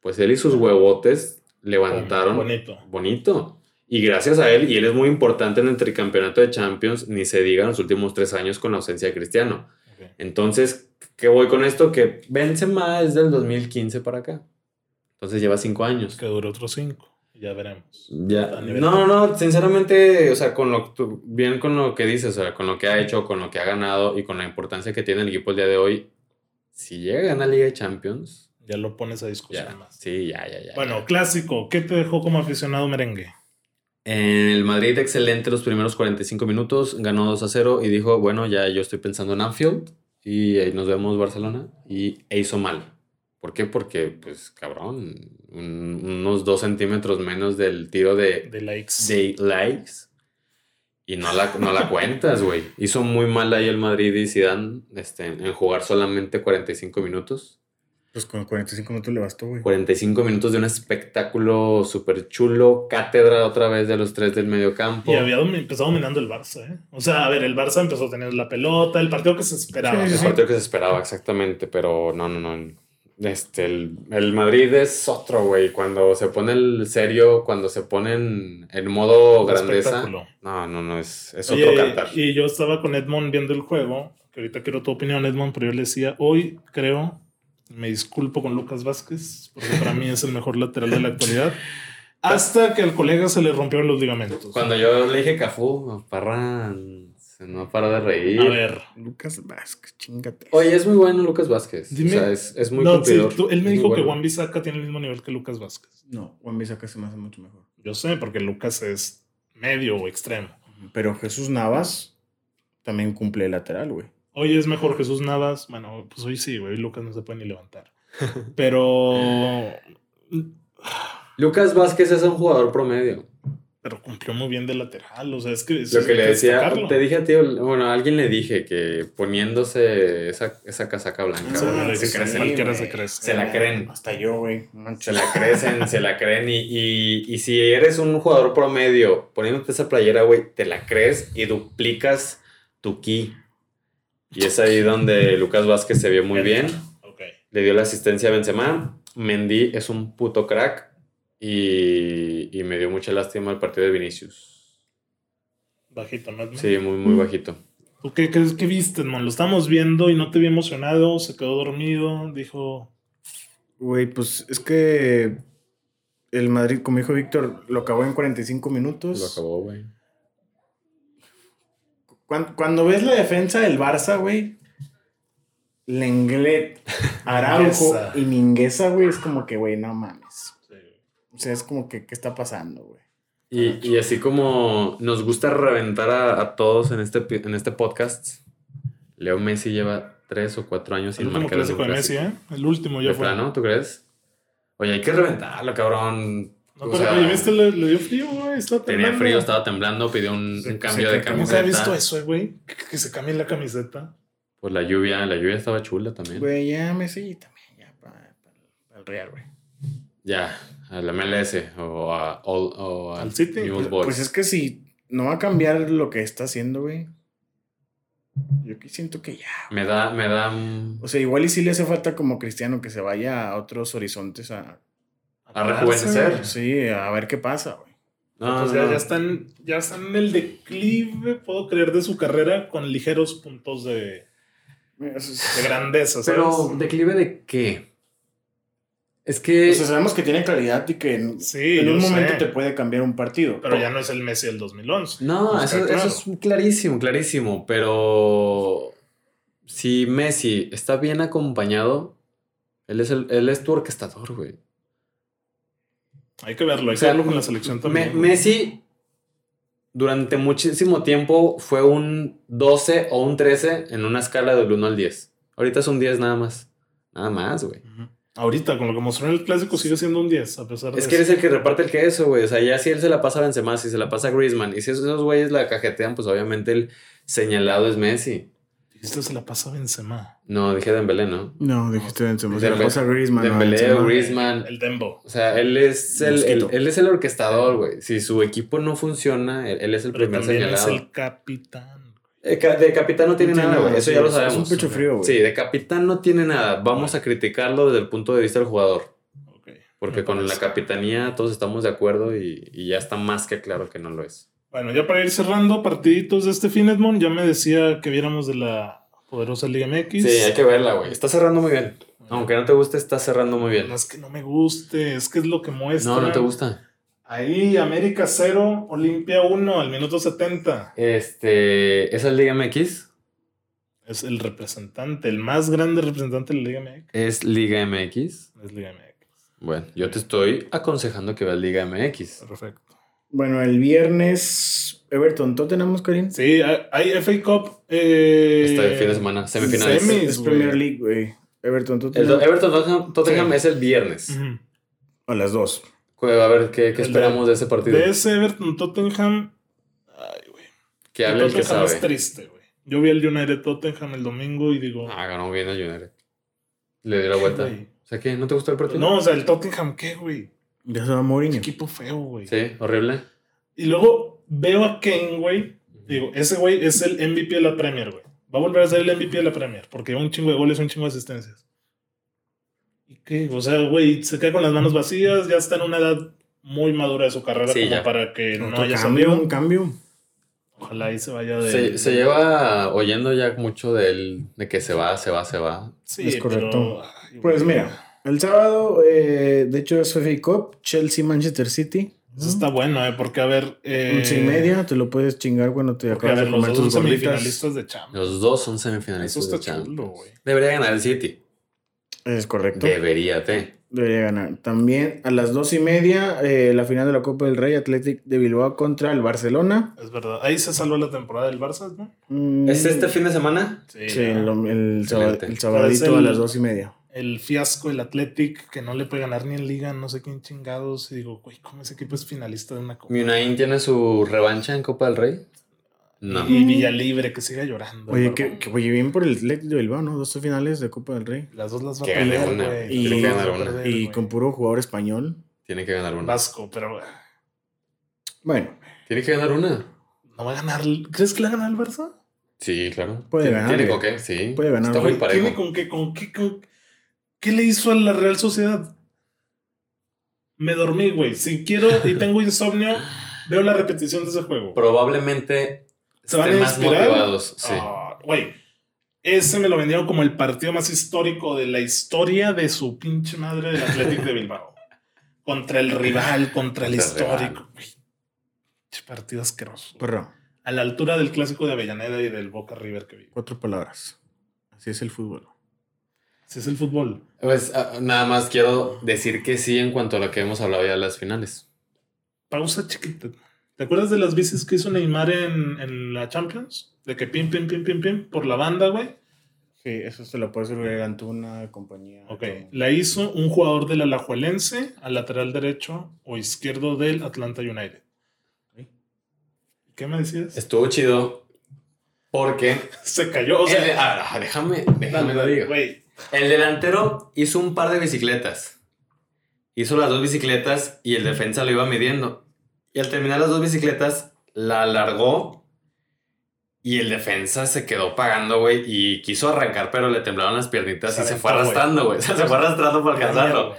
S2: Pues él y sus huevotes levantaron
S1: Bonito.
S2: bonito. Y gracias a él, y él es muy importante en el tricampeonato de Champions, ni se diga en los últimos tres años con la ausencia de Cristiano.
S1: Ok.
S2: Entonces, ¿qué voy con esto? Que Benzema es del 2015 para acá. Entonces lleva cinco años.
S1: Que duró otros cinco. Ya veremos.
S2: Ya.
S1: A nivel-
S2: No, no, sinceramente, o sea, con lo que tú- bien con lo que dices, o sea, con lo que ha hecho, con lo que ha ganado y con la importancia que tiene el equipo el día de hoy, si llega a ganar Liga de Champions,
S1: Ya lo pones a discusión
S2: ya,
S1: Pues más.
S2: sí, ya, ya, ya.
S1: Bueno, clásico. ¿Qué te dejó como aficionado merengue?
S2: El Madrid excelente los primeros 45 minutos, ganó 2 a 0 y dijo, bueno, ya yo estoy pensando en Anfield y ahí nos vemos Barcelona y e hizo mal. ¿Por qué? Porque, pues, cabrón, un- unos 2 centímetros menos del tiro de,
S1: De likes.
S2: de likes y no la, no la cuentas, güey. Hizo muy mal ahí el Madrid y Zidane este, en jugar solamente 45 minutos.
S3: Pues con 45 minutos le bastó, güey.
S2: 45 minutos de un espectáculo súper chulo, cátedra otra vez de los tres del medio campo.
S1: Y había domi- empezado dominando el Barça, ¿eh? O sea, a ver, el Barça empezó a tener la pelota, el partido que se esperaba.
S3: Sí,
S2: El
S3: sí,
S2: partido que se esperaba, exactamente, pero no, no, no. Este, el, el Madrid es otro, güey. Cuando se pone el serio, cuando se pone en, en modo grandeza.
S1: Espectáculo.
S2: No, no, no, es, es
S1: Oye,
S2: otro cantar.
S1: y yo estaba con Edmond viendo el juego, que ahorita quiero tu opinión, Edmond, pero yo le decía, hoy creo, me disculpo con Lucas Vázquez, porque para mí es el mejor lateral de la actualidad, hasta que al colega se le rompieron los ligamentos.
S2: Cuando yo le dije Cafú, Parra se no para de reír.
S1: A ver,
S3: Lucas Vázquez, chingate.
S2: Oye, es muy bueno Lucas Vázquez.
S1: Dime-
S2: O sea, es, es muy
S1: no, sí,
S2: cumplidor.
S1: tú- él me
S2: Muy
S1: dijo que
S2: bueno.
S1: Juan Bisaca tiene el mismo nivel que Lucas Vázquez.
S3: No, Juan Bisaca se me hace mucho mejor.
S1: Yo sé, porque Lucas es medio o extremo.
S3: Pero Jesús Navas también cumple el lateral, güey.
S1: Hoy es mejor Jesús Navas. Bueno, pues hoy sí, güey. Lucas no se puede ni levantar. Pero.
S2: Lucas Vázquez es un jugador promedio.
S1: Pero cumplió muy bien de lateral. O sea, es que.
S2: Lo que le decía,
S1: destacarlo.
S2: te dije a ti, bueno, a alguien le dije que poniéndose esa, esa casaca blanca,
S1: Sí,
S2: bueno, se
S1: sí,
S2: crecen.
S1: cualquiera se
S3: güey.
S1: crece.
S2: Se la creen.
S3: Hasta yo, güey.
S2: Se la crecen, se la creen. Y, y- y si eres un jugador promedio, poniéndote esa playera, güey, te la crees y duplicas tu ki. Y es ahí donde Lucas Vázquez se vio muy bien.
S1: Ok.
S2: Le dio la asistencia a Benzema. Mendy es un puto crack. Y, y me dio mucha lástima el partido de Vinicius.
S1: Bajito, más. ¿no?
S2: Sí, muy, muy bajito.
S1: ¿Tú qué crees que viste, man? Lo estamos viendo y no te vi emocionado. Se quedó dormido. Dijo.
S3: Güey, pues es que el Madrid, como dijo Víctor, lo acabó en 45 minutos.
S2: Lo acabó, güey.
S3: Cuan- Cuando, ves la defensa del Barça, güey, Lenglet, Araujo
S1: Mingueza.
S3: y Mingueza, güey, es como que, güey, no mames. O sea, es como que, ¿qué está pasando, güey?
S2: Y, y así como nos gusta reventar a, a todos en este, pi- en este podcast, Leo Messi lleva tres o cuatro años
S1: El
S2: sin
S1: último
S2: marcar en un
S1: clásico de Messi,
S2: clásico.
S1: ¿eh? El último ya
S2: ¿De
S1: fue.
S2: plano, ¿Tú crees? Oye, hay que reventarlo, cabrón.
S1: No,
S2: O
S1: pero,
S2: sea,
S1: oye, ¿viste? Le, le dio frío, güey. Está
S2: Tenía
S1: temblando.
S2: frío, estaba temblando, pidió un,
S3: Se-
S2: un cambio
S3: se
S2: de
S3: te- ¿cómo
S1: Nunca
S2: camiseta.
S1: he visto eso, eh, güey. Que, que se cambie la camiseta.
S2: Pues la lluvia, la lluvia estaba chula también.
S3: Güey, ya Messi también, ya para el Real, güey.
S2: Ya, a la MLS o a All, o a
S1: Al City,
S2: Newell's Boys.
S3: Pues es que si no va a cambiar lo que está haciendo, güey. Yo que siento que ya.
S2: Me da, me da... mm,
S1: pues,
S3: O sea, igual y sí le hace falta como Cristiano que se vaya a otros horizontes a,
S2: A rejuvenecer.
S3: sí, a ver qué pasa, güey.
S2: No,
S1: Pues
S2: Ah, no,
S1: ya,
S2: no.
S1: ya están, ya están en el declive, puedo creer, de su carrera con ligeros puntos de,
S3: Mira, eso es-
S1: de grandeza. ¿sabes?
S2: Pero, ¿declive de qué? Es
S1: Pues,
S2: que.
S3: O sea, sabemos que tiene calidad y que en,
S1: Sí,
S3: en un
S1: yo
S3: momento
S1: sé.
S3: te puede cambiar un partido.
S1: pero ya no es el Messi del 2011.
S2: no,
S1: Está
S2: eso,
S1: claro.
S2: eso es clarísimo, clarísimo. Pero. Si Messi está bien acompañado, él es, el, él es tu orquestador, güey.
S1: Hay que verlo, hay
S2: O sea,
S1: que verlo con la selección
S2: Me-
S1: también.
S2: Messi durante muchísimo tiempo fue un 12 o un 13 en una escala del 1 al 10. Ahorita es un 10 nada más. Nada más, güey.
S1: Ujú. Ahorita, con lo que mostró en el clásico, sigue siendo un 10, a pesar de
S2: Es que
S1: eso.
S2: eres el que reparte el queso, güey. O sea, ya si él se la pasa a Benzema, si se la pasa a Griezmann, y si esos, esos güeyes la cajetean, pues obviamente el señalado es Messi.
S1: Dijiste, este se la pasa a Benzema.
S2: No, dije Dembélé, ¿no.
S3: No, dijiste Benzema.
S2: se la Dembélé- pasa
S3: Griezmann.
S2: Dembélé o Griezmann.
S1: El Dembo.
S2: O sea, él es el,
S3: Mosquito.
S2: el- él es el orquestador, güey. Si su equipo no funciona, él, él es el
S1: Pero
S2: primer
S1: también
S2: señalado.
S1: es el capitán.
S2: Eh, ca- De capitán no tiene
S3: No tiene
S2: nada, güey.
S3: nada,
S2: Eso
S3: sí,
S2: ya lo
S3: es- es un
S2: sabemos.
S3: pecho frío, güey.
S2: Sí, de capitán no tiene nada. Vamos a criticarlo desde el punto de vista del jugador.
S1: Ok.
S2: Porque
S1: Me
S2: con la
S1: parece.
S2: capitanía todos estamos de acuerdo y, y ya está más que claro que no lo es.
S1: Bueno, ya para ir cerrando, partiditos de este fin, Edmond, ya me decía que viéramos de la poderosa Liga MX.
S2: Sí, hay que verla, güey. Está cerrando muy bien. Aunque no te guste, está cerrando muy bien.
S1: No es que no me guste, es que es lo que muestra.
S2: No, no te gusta.
S1: Ahí, América 0, Olimpia 1, al minuto 70.
S2: Este, esa es Liga MX.
S1: Es el representante, el más grande representante de la Liga MX.
S2: Es Liga MX.
S1: Es Liga MX.
S2: Bueno, yo te estoy aconsejando que veas Liga MX.
S1: Perfecto.
S3: Bueno, el viernes, Everton, ¿Tottenham, Karim?
S1: Sí, hay hay FA Cup. eh,
S2: Este fin de semana, semifinales.
S1: semi.
S3: Es
S1: güey.
S3: Premier League, güey. Everton,
S2: El
S3: Tottenham.
S2: do- Everton Tottenham, Tottenham
S1: Sí.
S2: es el viernes.
S1: Ujú.
S3: O las dos.
S2: A ver, ¿qué, qué
S1: El de-
S2: esperamos de ese partido?
S1: De ese Everton Tottenham. Ay, güey.
S2: Que hable el que
S1: Tottenham
S2: sabe.
S1: es triste, güey. Yo vi al United Tottenham el domingo y digo.
S2: Ah, ganó bien el United. Le dio la vuelta.
S1: güey.
S2: O sea, ¿qué? ¿No te gustó el partido?
S1: No, o sea, el Tottenham, ¿qué, güey?
S3: Ya se va Mourinho.
S1: Equipo feo, güey.
S2: Sí, horrible.
S1: Y luego veo a Kane, güey. Digo, ese güey es el MVP de la Premier, güey. Va a volver a ser el MVP de la Premier porque un chingo de goles, un chingo de asistencias. ¿Y qué? O sea, güey, se queda con las manos vacías, ya está en una edad muy madura de su carrera
S2: Sí,
S1: como
S2: ya.
S1: para que no
S3: Otro
S1: haya
S3: cambio,
S1: salido.
S3: un cambio.
S1: Ojalá y se vaya de.
S2: Se, se lleva oyendo ya mucho de él, de que se va, se va, se va.
S1: Sí,
S3: Es correcto.
S1: pero- ay, güey.
S3: Pues mira, el sábado, eh, de hecho, es FA Cup, Chelsea, Manchester City.
S1: Eso está bueno, ¿eh? Porque, a ver. Eh,
S3: Once y media, te lo puedes chingar cuando te
S1: Porque, a
S3: acabas
S1: ver,
S3: de
S1: los
S3: comer
S1: dos
S3: tus
S1: son
S3: gorditas.
S1: semifinalistas de Champions.
S2: Los dos son
S1: Eso
S2: semifinalistas
S1: está
S2: de Champions.
S1: chulo, güey.
S2: Debería ganar el City.
S3: Es correcto.
S2: Debería, te.
S3: Debería ganar. También a las dos y media, eh, la final de la Copa del Rey, Athletic de Bilbao contra el Barcelona.
S1: Es verdad. Ahí se salvó la temporada del Barça, ¿no?
S3: Mm,
S2: ¿Es este fin de semana?
S3: Sí, el, dom- el, sábado-
S2: Excelente.
S3: el sabadito
S1: Pero es el-
S3: a las dos y media.
S1: el fiasco del Athletic que no le puede ganar ni en liga, no sé quién chingados. Y digo, güey, ¿cómo ese equipo es finalista de una copa?
S2: ¿Munain tiene su revancha en Copa del Rey? No.
S1: Y Villalibre que siga llorando.
S3: Oye,
S1: barbón.
S3: que, que- oye, bien por el Athletic de Bilbao, ¿no? Dos finales de Copa del Rey.
S1: las dos las va a
S2: Que gane
S1: perder,
S2: una,
S1: güey.
S3: tiene
S1: Las
S3: que
S1: dos
S2: ganar
S1: va a
S2: una.
S1: perder,
S3: Y
S1: güey.
S3: con puro jugador español.
S2: Tiene que ganar una.
S1: Vasco, pero güey,
S3: Bueno,
S2: Tiene que ganar una.
S1: no va a ganar. ¿Crees que la gana el Barça?
S2: Sí, claro.
S3: Puede
S2: Tiene-
S3: ganar,
S2: Tiene
S3: güey.
S2: con qué, sí.
S3: Puede ganar,
S2: Está muy
S3: güey.
S2: parejo.
S1: ¿Tiene con qué, con qué, con qué le hizo a la Real Sociedad? Me dormí, güey. Si quiero y tengo insomnio, veo la repetición de ese juego.
S2: Probablemente
S1: ¿Se van a
S2: estén más
S1: inspirar?
S2: motivados. Sí.
S1: Ah, Güey, ese me lo vendieron como el partido más histórico de la historia de su pinche madre del Athletic de Bilbao. Contra el rival, contra el
S2: Contra el
S1: histórico. güey. Pinche partido asqueroso.
S3: perro,
S1: A la altura del clásico de Avellaneda y del Boca River que vi.
S3: cuatro palabras. Así es el fútbol.
S1: Así es el fútbol.
S2: Pues ah, nada más quiero decir que sí en cuanto a lo que hemos hablado ya de las finales.
S1: Pausa chiquita. ¿Te acuerdas de las bicis que hizo Neymar en, en la Champions? De que pim, pim, pim, pim, pim, por la banda, güey.
S3: Sí, eso se lo puede hacer Antuna, compañía.
S1: Ok, la hizo un jugador del Alajuelense al lateral derecho o izquierdo del Atlanta United.
S3: Ok.
S1: ¿Qué me decías?
S2: Estuvo chido porque...
S1: Se cayó. O sea,
S2: el- ah, déjame, déjame lo digo.
S1: güey,
S2: El delantero hizo un par de bicicletas. Hizo las dos bicicletas y el defensa lo iba midiendo. Y al terminar las dos bicicletas, la alargó y el defensa se quedó pagando, güey. Y quiso arrancar, pero le temblaron las piernitas
S1: Se
S2: y se
S1: aventó,
S2: fue arrastrando,
S1: güey.
S2: güey. O sea, se fue arrastrando para alcanzarlo.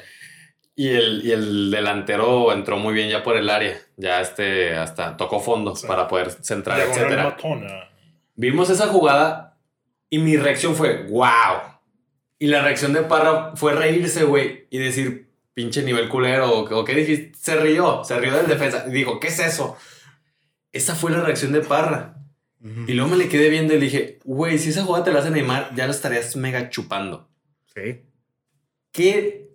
S2: Y el, y el delantero entró muy bien ya por el área. Ya este hasta tocó fondo
S1: Sí.
S2: para poder centrar,
S1: Diagonal
S2: etcétera.
S1: matona.
S2: Vimos esa jugada y mi reacción fue wow. Y la reacción de Parra fue reírse, güey, y decir pinche nivel culero o, o qué dijiste. Se rió, se rió del defensa. Y dijo, ¿qué es eso? Esa fue la reacción de Parra. Y luego me le quedé viendo y le dije, güey, si esa jugada te la hace Neymar, ya la estarías mega chupando.
S3: Sí.
S2: ¿Qué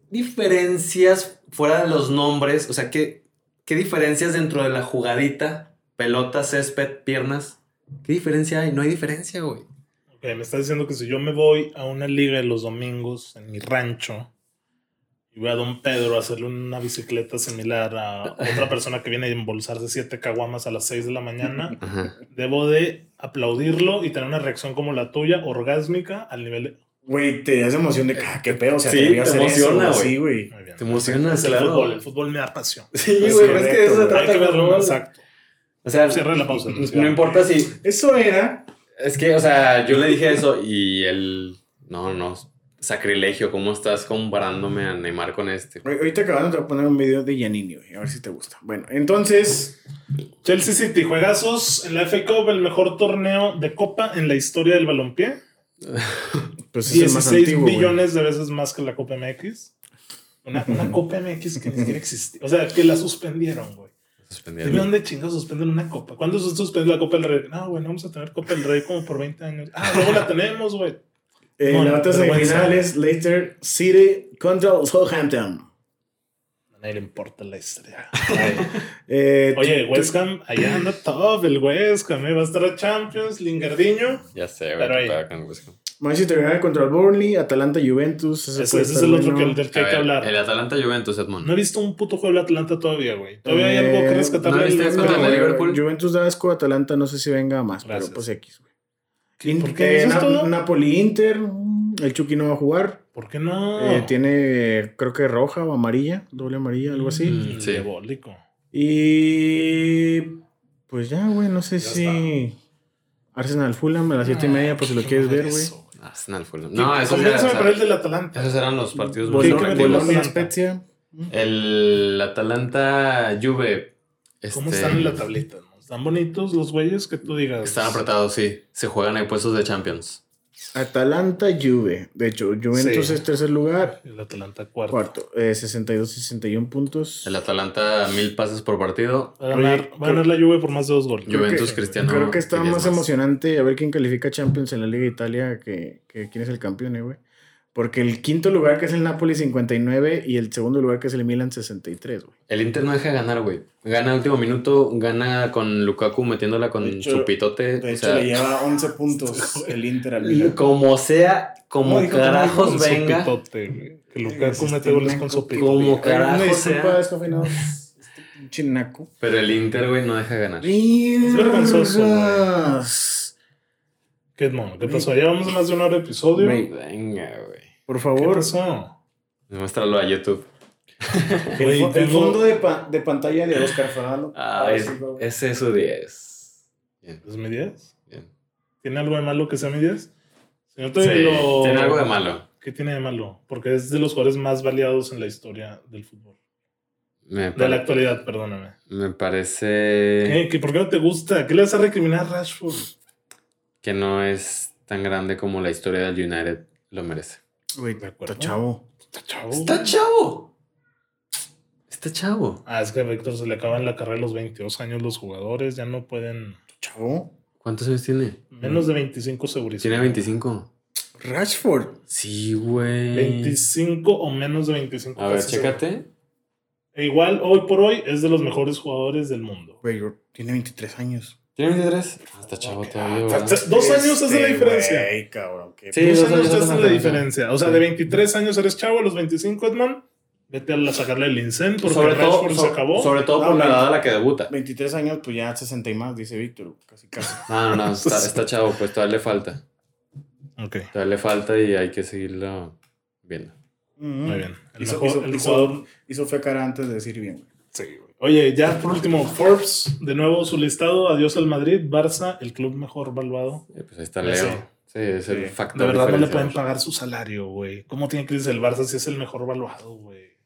S2: diferencias fuera de los nombres? O sea, ¿qué, qué diferencias dentro de la jugadita? Pelota, césped, piernas. ¿Qué diferencia hay? No hay diferencia, güey.
S1: Ok, me está diciendo que si yo me voy a una liga de los domingos en mi rancho y voy a Don Pedro a hacerle una bicicleta similar a otra persona que viene a embolsarse siete caguamas a las 6 de la mañana,
S2: Ajá.
S1: debo de aplaudirlo y tener una reacción como la tuya, orgásmica, al nivel de...
S3: Güey, te das emoción de "Ah, qué pedo, o sea,
S2: Sí,
S3: atrevió a
S2: te
S3: hacer eso",
S2: emociona, güey.
S3: Sí, güey.
S1: Muy bien.
S2: Te emocionas,
S1: el
S2: claro.
S1: fútbol, el fútbol me da pasión.
S2: Sí,
S3: Es
S2: güey, pero es que
S3: correcto,
S2: de eso se
S3: güey.
S1: Hay
S2: trata.
S1: que verlo,
S2: cabrón.
S1: exacto.
S2: O sea,
S1: Cierra la pausa.
S2: no importa si...
S3: Eso era.
S2: Es que, o sea, yo le dije eso y él... No, no, sacrilegio. ¿Cómo estás comparándome a Neymar con este?
S3: Güey, Ahorita acabando te voy a poner un video de Giannini, güey. A ver si te gusta. Bueno, entonces.
S1: Chelsea City, juegazos en la FA Cup, el mejor torneo de copa en la historia del balompié.
S3: Pues es el más
S1: 16
S3: antiguo. güey.
S1: billones de veces más que la Copa MX. Una, una Copa MX que ni siquiera existía. O sea, que la suspendieron, güey. ¿De
S2: Suspendieron.
S1: dónde chingados suspenden una copa? ¿Cuándo se suspendió la Copa del Rey? No, güey, no vamos a tener Copa del Rey como por 20 años. Ah, luego la tenemos, güey.
S3: Eh,
S1: Bueno,
S3: la otra
S1: pero bueno,
S3: semifinal es Leicester City contra el Southampton.
S1: A nadie le importa la historia.
S3: Eh,
S1: Oye, West Ham, allá anda top el West Ham. eh, Va a estar a Champions, Lingardiño.
S2: Ya sé,
S1: Pero ahí.
S2: güey. qué pedo con el West Ham.
S3: Manchester United contra el Burnley, Atalanta Juventus.
S1: Ese,
S3: puede
S1: Pues, ese es
S3: estar
S1: el otro
S3: bueno.
S1: que, del que
S2: A
S1: hay que
S2: ver,
S1: hablar.
S2: El Atalanta Juventus, Edmond.
S1: No he visto un puto juego del Atlanta todavía, güey. Todavía hay algo
S3: Eh,
S1: que rescatar
S2: ¿no
S1: del
S2: viste
S1: West
S2: contra
S1: Ham,
S2: el
S1: güey.
S2: Liverpool?
S3: Juventus da asco, Atalanta no sé si venga más,
S1: Gracias.
S3: pero pues X. güey.
S1: ¿Qué- ¿Por
S3: Eh,
S1: qué dices
S3: Na-
S1: todo?
S3: Napoli Inter, mm, el Chucky no va a jugar.
S1: ¿Por qué no?
S3: Eh, tiene, eh, creo que roja o amarilla, doble amarilla, algo así.
S2: Mm, sí.
S1: Diabólico.
S3: Y pues ya, güey, no sé
S1: Ya
S3: si Arsenal Fulham a las siete y media, pues si lo
S1: ¿Qué
S3: quieres
S1: madre
S3: ver, güey.
S1: Ah, eso, güey?
S2: Arsenal Fulham. No,
S1: Sí,
S2: esos, Ah, ya-
S1: comiénzame
S2: o sea,
S1: por el del Atalanta.
S2: esos eran los partidos más
S1: Bolón-
S3: Bologna,
S1: atractivos.
S2: atractivos.
S3: Bologna,
S1: Bolón.
S3: Spezia.
S2: El Atalanta Juve. Este,
S1: ¿Cómo están en la tablita? no? ¿Están bonitos los güeyes que tú digas?
S2: Están apretados, sí. Se juegan en puestos de Champions.
S3: Atalanta Juve. De hecho, Juventus
S1: Sí.
S3: es tercer lugar,
S1: El Atalanta cuarto.
S3: cuarto, eh, 62-61 puntos.
S2: El Atalanta, mil pases por partido.
S1: Va a ganar,
S3: Oye,
S1: va a ganar la Juve por más de dos goles.
S3: Creo que-
S2: Juventus, Cristiano.
S3: Creo que está
S2: y diez
S3: más emocionante a ver quién califica a Champions en la Liga de Italia que, que quién es el campeón, eh, güey. Porque el quinto lugar que es el Napoli 59 y el segundo lugar que es el Milan 63, güey.
S2: El Inter no deja ganar, güey. Gana al último minuto, gana con Lukaku metiéndola con
S3: De hecho-
S2: su pitote. o sea,
S3: lleva 11 puntos el Inter al
S2: como sea, como
S3: No, dijo que no,
S2: carajos
S1: Con su
S2: venga.
S1: pitote, güey. Que
S3: Sí,
S1: Lukaku
S3: sí,
S1: mete
S3: está
S1: goles
S3: bien
S1: con su
S3: copiado.
S1: pitote.
S2: Como carajo
S3: Una
S2: sea.
S3: disculpa, desconfinado. Este pinche naco.
S2: Pero el Inter, güey, no deja ganar.
S1: vergonzoso, güey.
S3: Vergas.
S1: ¿Qué, mono? ¿Qué pasó? Llevamos más de una hora de episodio.
S3: Güey,
S1: ¿Qué
S2: Venga, güey.
S3: Por favor,
S1: pasó?
S2: Muéstralo a YouTube.
S1: Güey,
S3: el, fo- el
S1: tengo-
S3: fondo de, pa- de pantalla de Oscar Fagalo.
S2: Ah, es- ese es su 10. Bien,
S1: ¿Es mi 10?
S2: bien.
S1: ¿Tiene algo de malo que sea mi 10? Señor
S2: Sí,
S1: Tevilo,
S2: tiene algo de malo.
S1: ¿Qué tiene de malo? Porque es de los jugadores más valiosos en la historia del fútbol.
S2: Me,
S1: De la
S2: pare-
S1: actualidad, perdóname. Eh,
S2: me parece
S1: ¿Qué? ¿Qué- ¿Por qué no te gusta? ¿Qué le vas a recriminar a Rashford?
S2: que no es tan grande como la historia del United lo merece.
S3: Güey,
S1: De acuerdo.
S3: está chavo.
S1: Está
S3: Oh.
S1: chavo.
S2: ¡Está chavo! ¡Está chavo!
S1: Ah, es que a Víctor se le acaban la carrera a los 22 años los jugadores. Ya no pueden...
S3: Chavo.
S2: ¿Cuántos años tiene?
S1: Menos de 25 segurísimo.
S2: Mm. Tiene 25.
S3: Rashford.
S2: Sí, güey.
S1: 25 o menos de 25.
S2: A ver,
S1: casi
S2: chécate.
S1: seguro. E igual, hoy por hoy, es de los mejores jugadores del mundo.
S3: Güey, tiene 23 años.
S2: ¿Tiene 23? Ah, está chavo todavía,
S1: Ah,
S2: ¿verdad?
S1: está- está- Dos años es de la diferencia.
S3: Este, Güey, cabrón. qué-
S2: Sí,
S1: Dos
S2: dos
S1: años
S2: años
S1: te hacen la
S2: hacen la
S1: diferencia. O sea,
S2: Sí.
S1: de 23 años eres chavo, a los 25, Edmond, vete a la- sacarle el incén porque
S2: Sobre todo,
S1: Rashford se
S2: so-
S1: acabó.
S2: sobre todo
S3: No,
S2: por la
S3: güey.
S2: edad a la que debuta.
S3: 23 años, pues ya 60 y más, dice Víctor. Casi, casi.
S2: No, no, no, está, está chavo, pues todavía le falta.
S1: Ok,
S2: Todavía le falta y hay que seguirlo viendo.
S1: muy bien. El
S3: Hizo,
S1: mejor-
S3: hizo-
S1: el
S3: hizo-
S1: jugador-
S3: hizo fe cara antes de decir bien. güey.
S1: Sí, güey. Oye, ya por último, Forbes, de nuevo su listado, adiós al Madrid, Barça, el club mejor valuado.
S2: Eh, pues ahí está
S1: Ya
S2: Leo.
S1: sé.
S2: Sí, es el
S3: Sí.
S2: factor.
S1: De verdad no le
S2: diferenciador.
S1: pueden pagar su salario, güey. ¿Cómo tiene crisis el Barça si es el mejor valuado, güey?